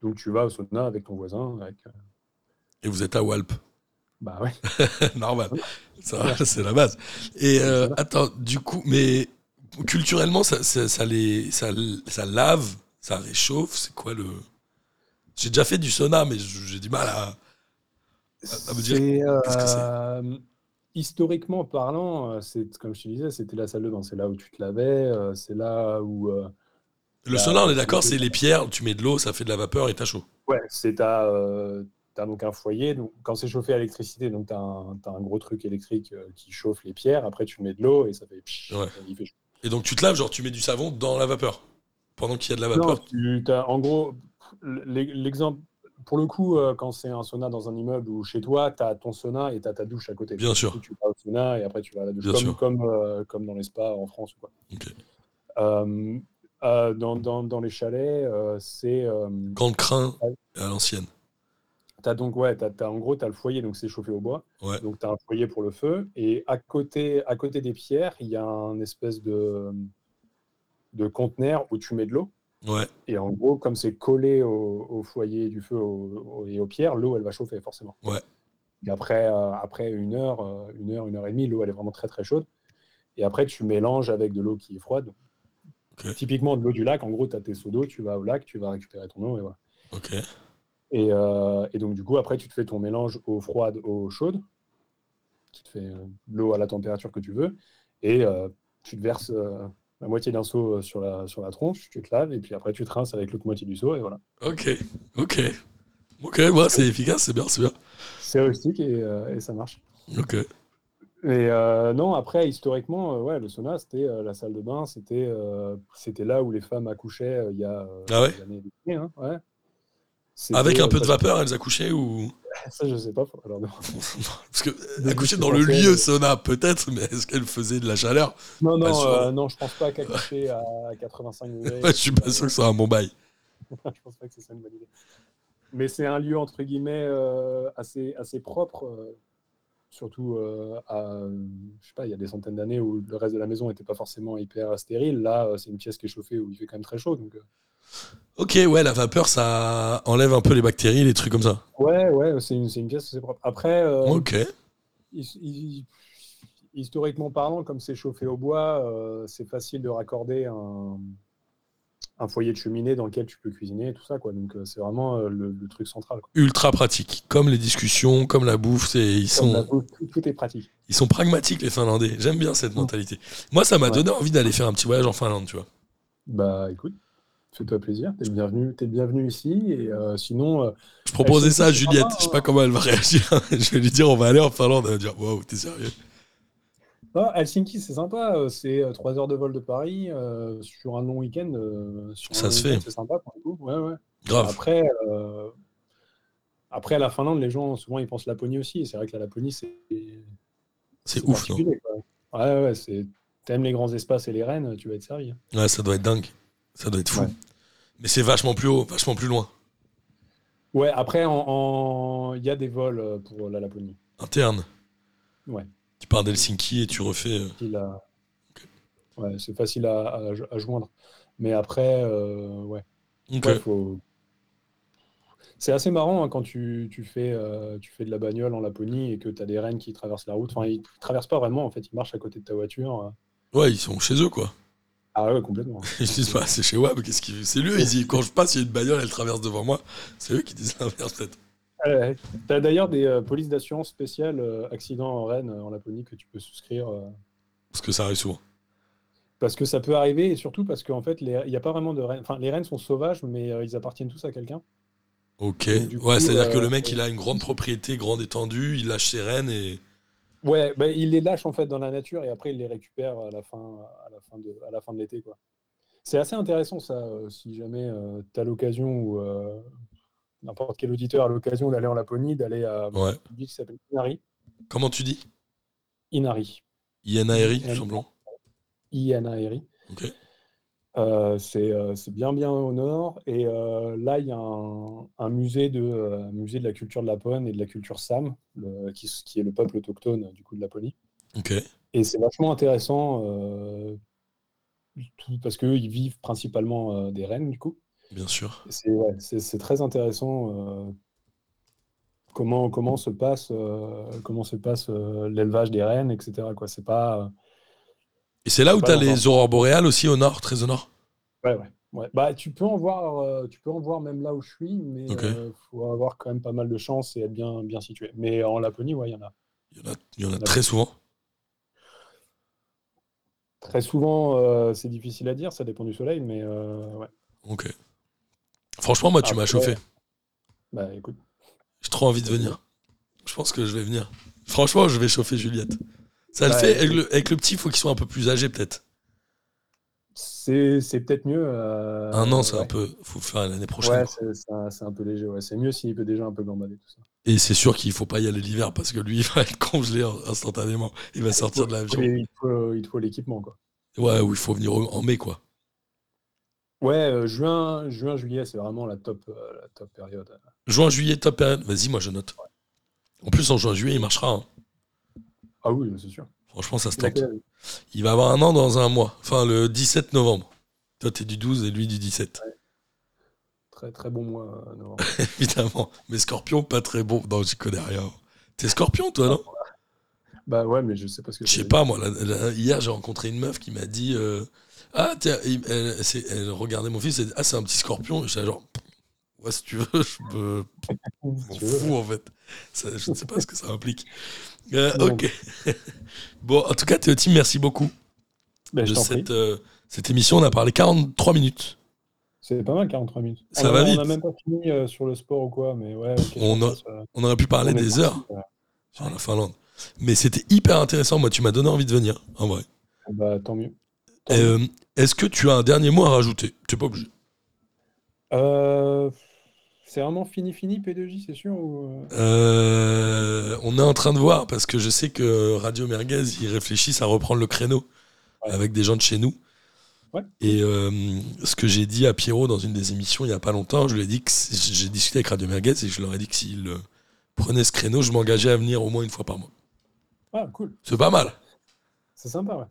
Speaker 5: Donc tu vas au sauna avec ton voisin, avec. euh,
Speaker 1: vous êtes à Walp.
Speaker 5: Bah ouais.
Speaker 1: Normal. Ça, c'est la base. Et euh, attends, du coup, mais culturellement, ça, ça, ça les, ça, ça lave, ça réchauffe. C'est quoi le. J'ai déjà fait du sauna, mais j- j'ai du mal à. à me dire
Speaker 5: C'est,
Speaker 1: ah, bah, qu'est-ce que c'est
Speaker 5: euh, historiquement parlant, euh, c'est comme je te disais, c'était la salle de bain. C'est là où tu te lavais, euh, c'est là où. euh,
Speaker 1: Le
Speaker 5: Bah,
Speaker 1: sauna, on est d'accord,
Speaker 5: c'est-
Speaker 1: c'est les pierres, tu mets de l'eau, ça fait de la vapeur et t'as chaud.
Speaker 5: ouais, c'est t'as, euh, t'as donc un foyer. Donc, quand c'est chauffé à l'électricité, donc t'as un, t'as un gros truc électrique euh, qui chauffe les pierres. Après, tu mets de l'eau et ça fait. pshhh,
Speaker 1: Ouais.
Speaker 5: il fait chaud.
Speaker 1: Et donc tu te laves, genre tu mets du savon dans la vapeur. Pendant qu'il y a de la
Speaker 5: Non,
Speaker 1: vapeur.
Speaker 5: tu- t'as- en gros, l'e- l'exemple. Pour le coup, euh, quand c'est un sauna dans un immeuble ou chez toi, tu as ton sauna et tu as ta douche à côté.
Speaker 1: Bien sûr.
Speaker 5: Tu vas au sauna et après tu vas à la douche,
Speaker 1: Bien
Speaker 5: comme,
Speaker 1: sûr.
Speaker 5: comme, euh, comme dans les spas en France. Quoi.
Speaker 1: Ok.
Speaker 5: Euh, euh, dans, dans, dans les chalets, euh, c'est. euh,
Speaker 1: Grand crin à l'ancienne.
Speaker 5: t'as donc, ouais, t'as- t'as- en gros, tu as le foyer, donc c'est chauffé au bois.
Speaker 1: Ouais.
Speaker 5: Donc, tu as un foyer pour le feu. Et à côté, à côté des pierres, il y a un espèce de, de conteneur où tu mets de l'eau.
Speaker 1: Ouais.
Speaker 5: Et en gros, comme c'est collé au, au foyer du feu au- au- et aux pierres, l'eau, elle va chauffer, forcément.
Speaker 1: Ouais.
Speaker 5: Et après, euh, après une heure, euh, une heure, une heure et demie, l'eau, elle est vraiment très, très chaude. Et après, tu mélanges avec de l'eau qui est froide.
Speaker 1: Ok.
Speaker 5: Typiquement, de l'eau du lac, en gros, tu as tes seaux d'eau, tu vas au lac, tu vas récupérer ton eau, et voilà.
Speaker 1: Ok.
Speaker 5: Et, euh, et donc, du coup, après, tu te fais ton mélange eau froide, eau chaude. Tu te fais euh, de l'eau à la température que tu veux. Et euh, tu te verses euh, la moitié d'un seau euh, sur la, sur la tronche, tu te laves, et puis après, tu te rinces avec l'autre moitié du seau, et voilà.
Speaker 1: Ok. Ok. Ok, ouais, c'est efficace, c'est bien, c'est bien.
Speaker 5: C'est rustique et, euh, et ça marche.
Speaker 1: Ok.
Speaker 5: Et euh, non, après, historiquement, euh, ouais, le sauna, c'était euh, la salle de bain, c'était euh, c'était là où les femmes accouchaient euh, il y a euh,
Speaker 1: Ah ouais
Speaker 5: des années. et des années, hein, ouais.
Speaker 1: Avec
Speaker 5: C'était,
Speaker 1: un
Speaker 5: euh,
Speaker 1: peu de
Speaker 5: ça-
Speaker 1: vapeur, elles accouchaient ou.
Speaker 5: Ça, je sais pas. faut- alors, non.
Speaker 1: Parce que euh,
Speaker 5: Des
Speaker 1: accoucher
Speaker 5: douches
Speaker 1: dans le
Speaker 5: françaises.
Speaker 1: lieu sauna, peut-être, mais est-ce qu'elles faisaient de la chaleur
Speaker 5: Non,
Speaker 1: Pas
Speaker 5: non,
Speaker 1: sûr.
Speaker 5: euh, non, je pense pas qu'accoucher à 85 degrés.
Speaker 1: Ouais, Je suis pas sûr que ce soit un bon bail.
Speaker 5: Je pense pas que c'est ça une bonne idée. Mais c'est un lieu, entre guillemets, euh, assez, assez propre, euh, surtout euh, à, euh, je sais pas, il y a des centaines d'années où le reste de la maison n'était pas forcément hyper stérile. Là, euh, c'est une pièce qui est chauffée où il fait quand même très chaud. Donc, euh,
Speaker 1: Ok, ouais, la vapeur, ça enlève un peu les bactéries, les trucs comme ça.
Speaker 5: Ouais, ouais, c'est une, c'est une pièce assez propre. Après, euh,
Speaker 1: Ok.
Speaker 5: his- hi- historiquement parlant, comme c'est chauffé au bois, euh, c'est facile de raccorder un, un foyer de cheminée dans lequel tu peux cuisiner et tout ça, quoi. Donc, euh, c'est vraiment euh, le, le truc central, quoi.
Speaker 1: Ultra pratique. Comme les discussions, comme la bouffe, c'est- ils
Speaker 5: Comme la
Speaker 1: sont.
Speaker 5: bouffe, tout, tout est pratique.
Speaker 1: Ils sont pragmatiques, les Finlandais. J'aime bien cette
Speaker 5: Mm.
Speaker 1: mentalité. Moi, ça m'a
Speaker 5: Ouais.
Speaker 1: donné envie d'aller faire un petit voyage en Finlande, tu vois.
Speaker 5: Bah, écoute, fais-toi plaisir. T'es le bienvenu, t'es le bienvenu ici. Et euh, sinon, euh,
Speaker 1: Je proposais
Speaker 5: Eh, c'est-
Speaker 1: ça à
Speaker 5: c'est
Speaker 1: Juliette.
Speaker 5: sympa,
Speaker 1: Je sais
Speaker 5: hein.
Speaker 1: pas comment elle va réagir. Je vais lui dire on va aller en Finlande. Elle va dire waouh, t'es sérieux
Speaker 5: Non, Helsinki, c'est sympa. euh, C'est 3 heures de vol de Paris euh, sur un long week-end. euh, sur un
Speaker 1: Ça
Speaker 5: long
Speaker 1: se
Speaker 5: week-end,
Speaker 1: fait.
Speaker 5: C'est sympa pour le coup. Ouais, ouais.
Speaker 1: Grave.
Speaker 5: Après, euh, après, la Finlande, les gens, souvent, ils pensent Laponie aussi. et C'est vrai que la Laponie, c'est
Speaker 1: C'est ouf, hein. non
Speaker 5: particulier, quoi. Ouais, ouais, c'est. T'aimes les grands espaces et les rennes, tu vas être servi. hein.
Speaker 1: Ouais, ça doit être dingue. Ça doit être fou.
Speaker 5: Ouais.
Speaker 1: Mais c'est vachement plus haut, vachement plus loin.
Speaker 5: Ouais, après, en- en- il y a des vols euh, pour la Laponie.
Speaker 1: Interne.
Speaker 5: Ouais.
Speaker 1: Tu pars d'Helsinki et tu refais. euh,
Speaker 5: facile à- Ouais, c'est facile à, à jo- à joindre. Mais après, euh, ouais.
Speaker 1: Ok.
Speaker 5: Ouais, faut- C'est assez marrant hein, quand tu, tu fais, euh, tu fais de la bagnole en Laponie et que tu as des rennes qui traversent la route. Enfin, ils traversent pas vraiment, en fait, ils marchent à côté de ta voiture. euh,
Speaker 1: Ouais, ils sont chez eux, quoi.
Speaker 5: Ah ouais, complètement.
Speaker 1: Ils se disent, bah, c'est chez Wab, qu'est-ce qu'ils. C'est lui, ils disent, quand je passe, il y a une bagnole, elle traverse devant moi. C'est eux qui disent l'inverse, peut-être.
Speaker 5: Ouais. T'as d'ailleurs des euh, polices d'assurance spéciales euh, accidents en Rennes, euh, en Laponie, que tu peux souscrire. euh,
Speaker 1: Parce que ça arrive souvent.
Speaker 5: parce que ça peut arriver et surtout parce qu'en fait, les- il n'y a pas vraiment de rennes. Enfin, les rennes sont sauvages, mais euh, ils appartiennent tous à quelqu'un.
Speaker 1: Ok.
Speaker 5: Et du
Speaker 1: Ouais,
Speaker 5: coup,
Speaker 1: c'est-à-dire que
Speaker 5: euh,
Speaker 1: le mec, il a une grande propriété, grande étendue, il lâche ses rênes et.
Speaker 5: Ouais, bah, il les lâche en fait dans la nature et après il les récupère à la fin, à la fin de, à la fin de l'été, quoi. C'est assez intéressant ça, euh, si jamais tu as l'occasion ou euh, n'importe quel auditeur a l'occasion d'aller en Laponie, d'aller à
Speaker 1: Ouais.
Speaker 5: une ville qui s'appelle Inari.
Speaker 1: Comment tu dis
Speaker 5: Inari.
Speaker 1: Ianaeri, tout simplement.
Speaker 5: Inari.
Speaker 1: Ok.
Speaker 5: Euh, c'est euh, c'est bien bien au nord et euh, là il y a un, un musée de euh, un musée de la culture de Lapone et de la culture Sam, le- qui, s- qui est le peuple autochtone euh, du coup de Laponie.
Speaker 1: Ok.
Speaker 5: Et c'est vachement intéressant euh, tout- parce qu'eux, ils vivent principalement euh, des rennes, du coup.
Speaker 1: Bien sûr.
Speaker 5: Et C'est ouais, c'est- c'est très intéressant euh, comment, comment se passe, euh, comment se passe euh, l'élevage des rennes, etc. quoi. C'est pas. euh,
Speaker 1: Et c'est là où
Speaker 5: Pas
Speaker 1: t'as
Speaker 5: longtemps.
Speaker 1: les aurores boréales aussi, au nord, très au nord.
Speaker 5: Ouais, ouais. ouais. Bah, tu peux en voir, euh, tu peux en voir même là où je suis, mais il
Speaker 1: Ok.
Speaker 5: faut avoir quand même pas mal de chance et être bien, bien situé. Mais en Laponie, ouais, il y en a.
Speaker 1: Il y en a, il y en a très souvent.
Speaker 5: Très souvent, euh, c'est difficile à dire, ça dépend du soleil, mais euh, ouais.
Speaker 1: Ok. Franchement, moi, tu m'as
Speaker 5: Après- euh,
Speaker 1: chauffé.
Speaker 5: Bah, écoute.
Speaker 1: J'ai trop envie de venir. Je pense que je vais venir. Franchement, je vais chauffer Juliette. Ça le
Speaker 5: Ouais.
Speaker 1: fait avec le, avec le petit, il faut qu'il soit un peu plus âgé peut-être.
Speaker 5: C'est c'est peut-être mieux. euh,
Speaker 1: un an, c'est
Speaker 5: ouais.
Speaker 1: un peu. Faut faire l'année prochaine.
Speaker 5: Ouais,
Speaker 1: quoi.
Speaker 5: c'est- c'est un, c'est un peu léger. Ouais. C'est mieux s'il peut déjà un peu gambader tout ça.
Speaker 1: Et c'est sûr qu'il faut pas y aller l'hiver parce que lui, il va être congelé en- instantanément. Il va sortir de l'avion.
Speaker 5: Et il te faut il te faut l'équipement quoi.
Speaker 1: Ouais, ou il faut venir au- en mai quoi.
Speaker 5: Ouais, euh, juin, juin, juillet, c'est vraiment la top, euh, la top période.
Speaker 1: Juin, juillet, top période. Vas-y, moi je note. En plus, en juin, juillet, il marchera. hein.
Speaker 5: Ah oui, c'est sûr.
Speaker 1: Franchement, ça se
Speaker 5: Il a
Speaker 1: tente.
Speaker 5: quel âge
Speaker 1: Il va avoir un an dans un mois. Enfin, le 17 novembre. Toi, t'es du 12 et lui du 17.
Speaker 5: Très très bon mois euh, novembre.
Speaker 1: Évidemment. Mais Scorpion, pas très bon. Non, j'y connais rien. T'es Scorpion, toi, non
Speaker 5: bah ouais, mais je sais pas ce que
Speaker 1: Je
Speaker 5: ça
Speaker 1: sais
Speaker 5: veut
Speaker 1: pas, moi, la- la- hier j'ai rencontré une meuf qui m'a dit euh, Ah, tiens, il- elle, c'est- elle regardait mon fils, elle dit Ah, c'est un petit scorpion. Et j'étais genre, ouais, si tu veux, je me
Speaker 5: dire.
Speaker 1: m'en
Speaker 5: Si tu veux.
Speaker 1: fous en fait. Ça, je ne sais pas ce que ça implique. Euh,
Speaker 5: Non.
Speaker 1: ok. bon, en tout cas, Théotime, merci beaucoup
Speaker 5: Bah, je
Speaker 1: de
Speaker 5: t'en prie.
Speaker 1: cette, euh, cette émission. On a parlé 43 minutes.
Speaker 5: C'est pas mal 43 minutes.
Speaker 1: Ça
Speaker 5: on
Speaker 1: va
Speaker 5: a,
Speaker 1: vite.
Speaker 5: On a même pas fini euh, sur le sport ou quoi, mais ouais. ok,
Speaker 1: On a-
Speaker 5: ça, ça-
Speaker 1: On aurait pu parler
Speaker 5: on est
Speaker 1: des
Speaker 5: parti, euh,
Speaker 1: heures
Speaker 5: ouais.
Speaker 1: sur la Finlande. Mais c'était hyper intéressant. Moi, tu m'as donné envie de venir, en vrai.
Speaker 5: Bah tant mieux. Tant mieux.
Speaker 1: Euh, Est-ce que tu as un dernier mot à rajouter Tu n'es pas obligé.
Speaker 5: Euh, c'est vraiment fini fini P2J, c'est sûr ou, euh,
Speaker 1: Euh, on est en train de voir parce que je sais que Radio Merguez ils réfléchissent à reprendre le créneau
Speaker 5: Ouais.
Speaker 1: avec des gens de chez nous.
Speaker 5: Ouais.
Speaker 1: Et euh, ce que j'ai dit à Pierrot dans une des émissions il y a pas longtemps, je lui ai dit que si- j'ai discuté avec Radio Merguez et je leur ai dit que s'ils euh, prenaient ce créneau, je m'engageais à venir au moins une fois par mois.
Speaker 5: Ah cool,
Speaker 1: C'est pas mal.
Speaker 5: c'est sympa ouais.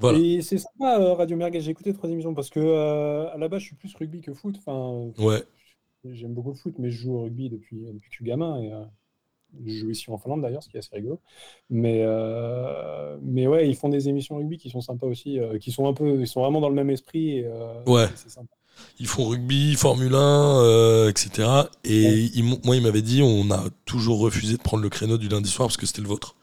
Speaker 1: Voilà.
Speaker 5: Et c'est sympa, euh, Radio Merguez. J'ai écouté trois émissions parce que euh, à la base, je suis plus rugby que foot. Enfin,
Speaker 1: Ouais.
Speaker 5: j'aime beaucoup le foot, mais je joue au rugby depuis, depuis que je suis gamin. Et, euh, je joue ici en Finlande d'ailleurs, ce qui est assez rigolo. Mais, euh, mais ouais, ils font des émissions rugby qui sont sympas aussi, euh, qui sont un peu, ils sont vraiment dans le même esprit. Et, euh,
Speaker 1: Ouais.
Speaker 5: c'est- c'est sympa.
Speaker 1: Ils font rugby, Formule 1, euh, etc. Et
Speaker 5: Ouais.
Speaker 1: ils m'ont- moi, il m'avait dit, on a toujours refusé de prendre le créneau du lundi soir parce que c'était le vôtre.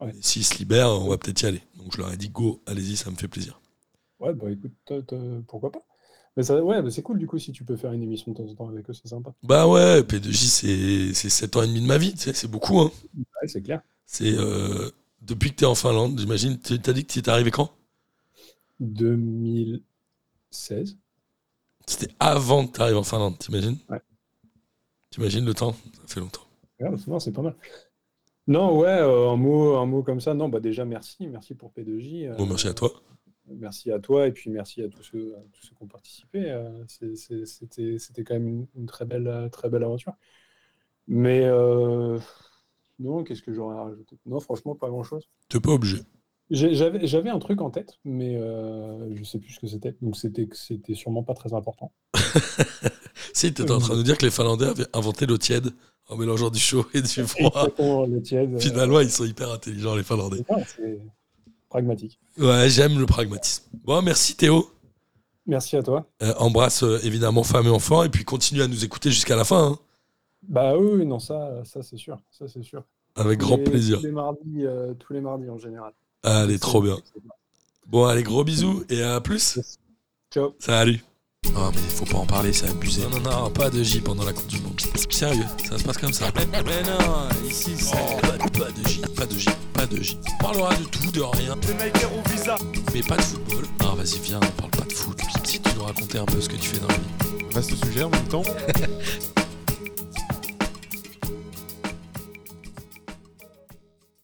Speaker 5: Ouais.
Speaker 1: Et S'ils se libèrent, on va peut-être y aller. Donc je leur ai dit, go, allez-y, ça me fait plaisir.
Speaker 5: Ouais, bah écoute, t'as- t'as- pourquoi pas? Mais ça, ouais, bah, c'est cool du coup si tu peux faire une émission de temps en temps avec eux, c'est sympa.
Speaker 1: Bah ouais, P2J, c'est 7 ans et demi de ma vie, tu sais, c'est beaucoup. Hein.
Speaker 5: Ouais, c'est clair.
Speaker 1: C'est euh, Depuis que tu es en Finlande, j'imagine, tu as dit que tu étais arrivé quand
Speaker 5: 2016.
Speaker 1: C'était avant que tu arrives en Finlande, t'imagines
Speaker 5: Ouais.
Speaker 1: T'imagines le temps Ça fait longtemps.
Speaker 5: Ah, bah, Non, c'est pas mal. Non, ouais, euh, un mot, un mot comme ça. Non, bah déjà merci, merci pour P2J. euh,
Speaker 1: Bon, merci à toi.
Speaker 5: Merci à toi et puis merci à tous ceux, à tous ceux qui ont participé. euh, c'est- c'est- C'était c'était quand même une, une très belle, euh, très belle aventure. Mais euh, non, qu'est-ce que j'aurais rajouté? Non, franchement, pas grand-chose.
Speaker 1: T'es pas obligé.
Speaker 5: J'ai- J'avais j'avais un truc en tête, mais euh, je sais plus ce que c'était. Donc c'était c'était sûrement pas très important.
Speaker 1: Si, t'étais en train de nous dire que les Finlandais avaient inventé l'eau tiède en mélangeant du chaud et du froid.
Speaker 5: Exactement, le tiède. euh,
Speaker 1: Finalement, ils sont hyper intelligents, les Finlandais.
Speaker 5: ouais, c'est pragmatique.
Speaker 1: Ouais, j'aime le pragmatisme. Bon, merci Théo.
Speaker 5: Merci à toi.
Speaker 1: Euh, embrasse euh, évidemment femme et enfant et puis continue à nous écouter jusqu'à la fin, hein,
Speaker 5: Bah oui, oui, non, ça, ça c'est sûr. Ça c'est sûr.
Speaker 1: avec grand
Speaker 5: Tous les-
Speaker 1: plaisir.
Speaker 5: Tous les mardis, euh, tous les mardis en général.
Speaker 1: Allez, trop bien. Bon, allez, gros bisous et à plus.
Speaker 5: Ciao.
Speaker 1: Salut.
Speaker 2: Non, mais Ah, faut pas en parler, c'est abusé.
Speaker 1: Non, non, non, pas de J pendant la Coupe du Monde. Sérieux, ça se passe comme ça.
Speaker 2: Eh, Mais non, ici, c'est.
Speaker 1: Oh, pas, pas de J, pas de J, pas de J. On parlera de tout, de rien. Mais pas de football. Non, vas-y, viens, on parle pas de foot. Si tu nous racontais un peu ce que tu fais dans la vie.
Speaker 3: Vaste sujet en même temps.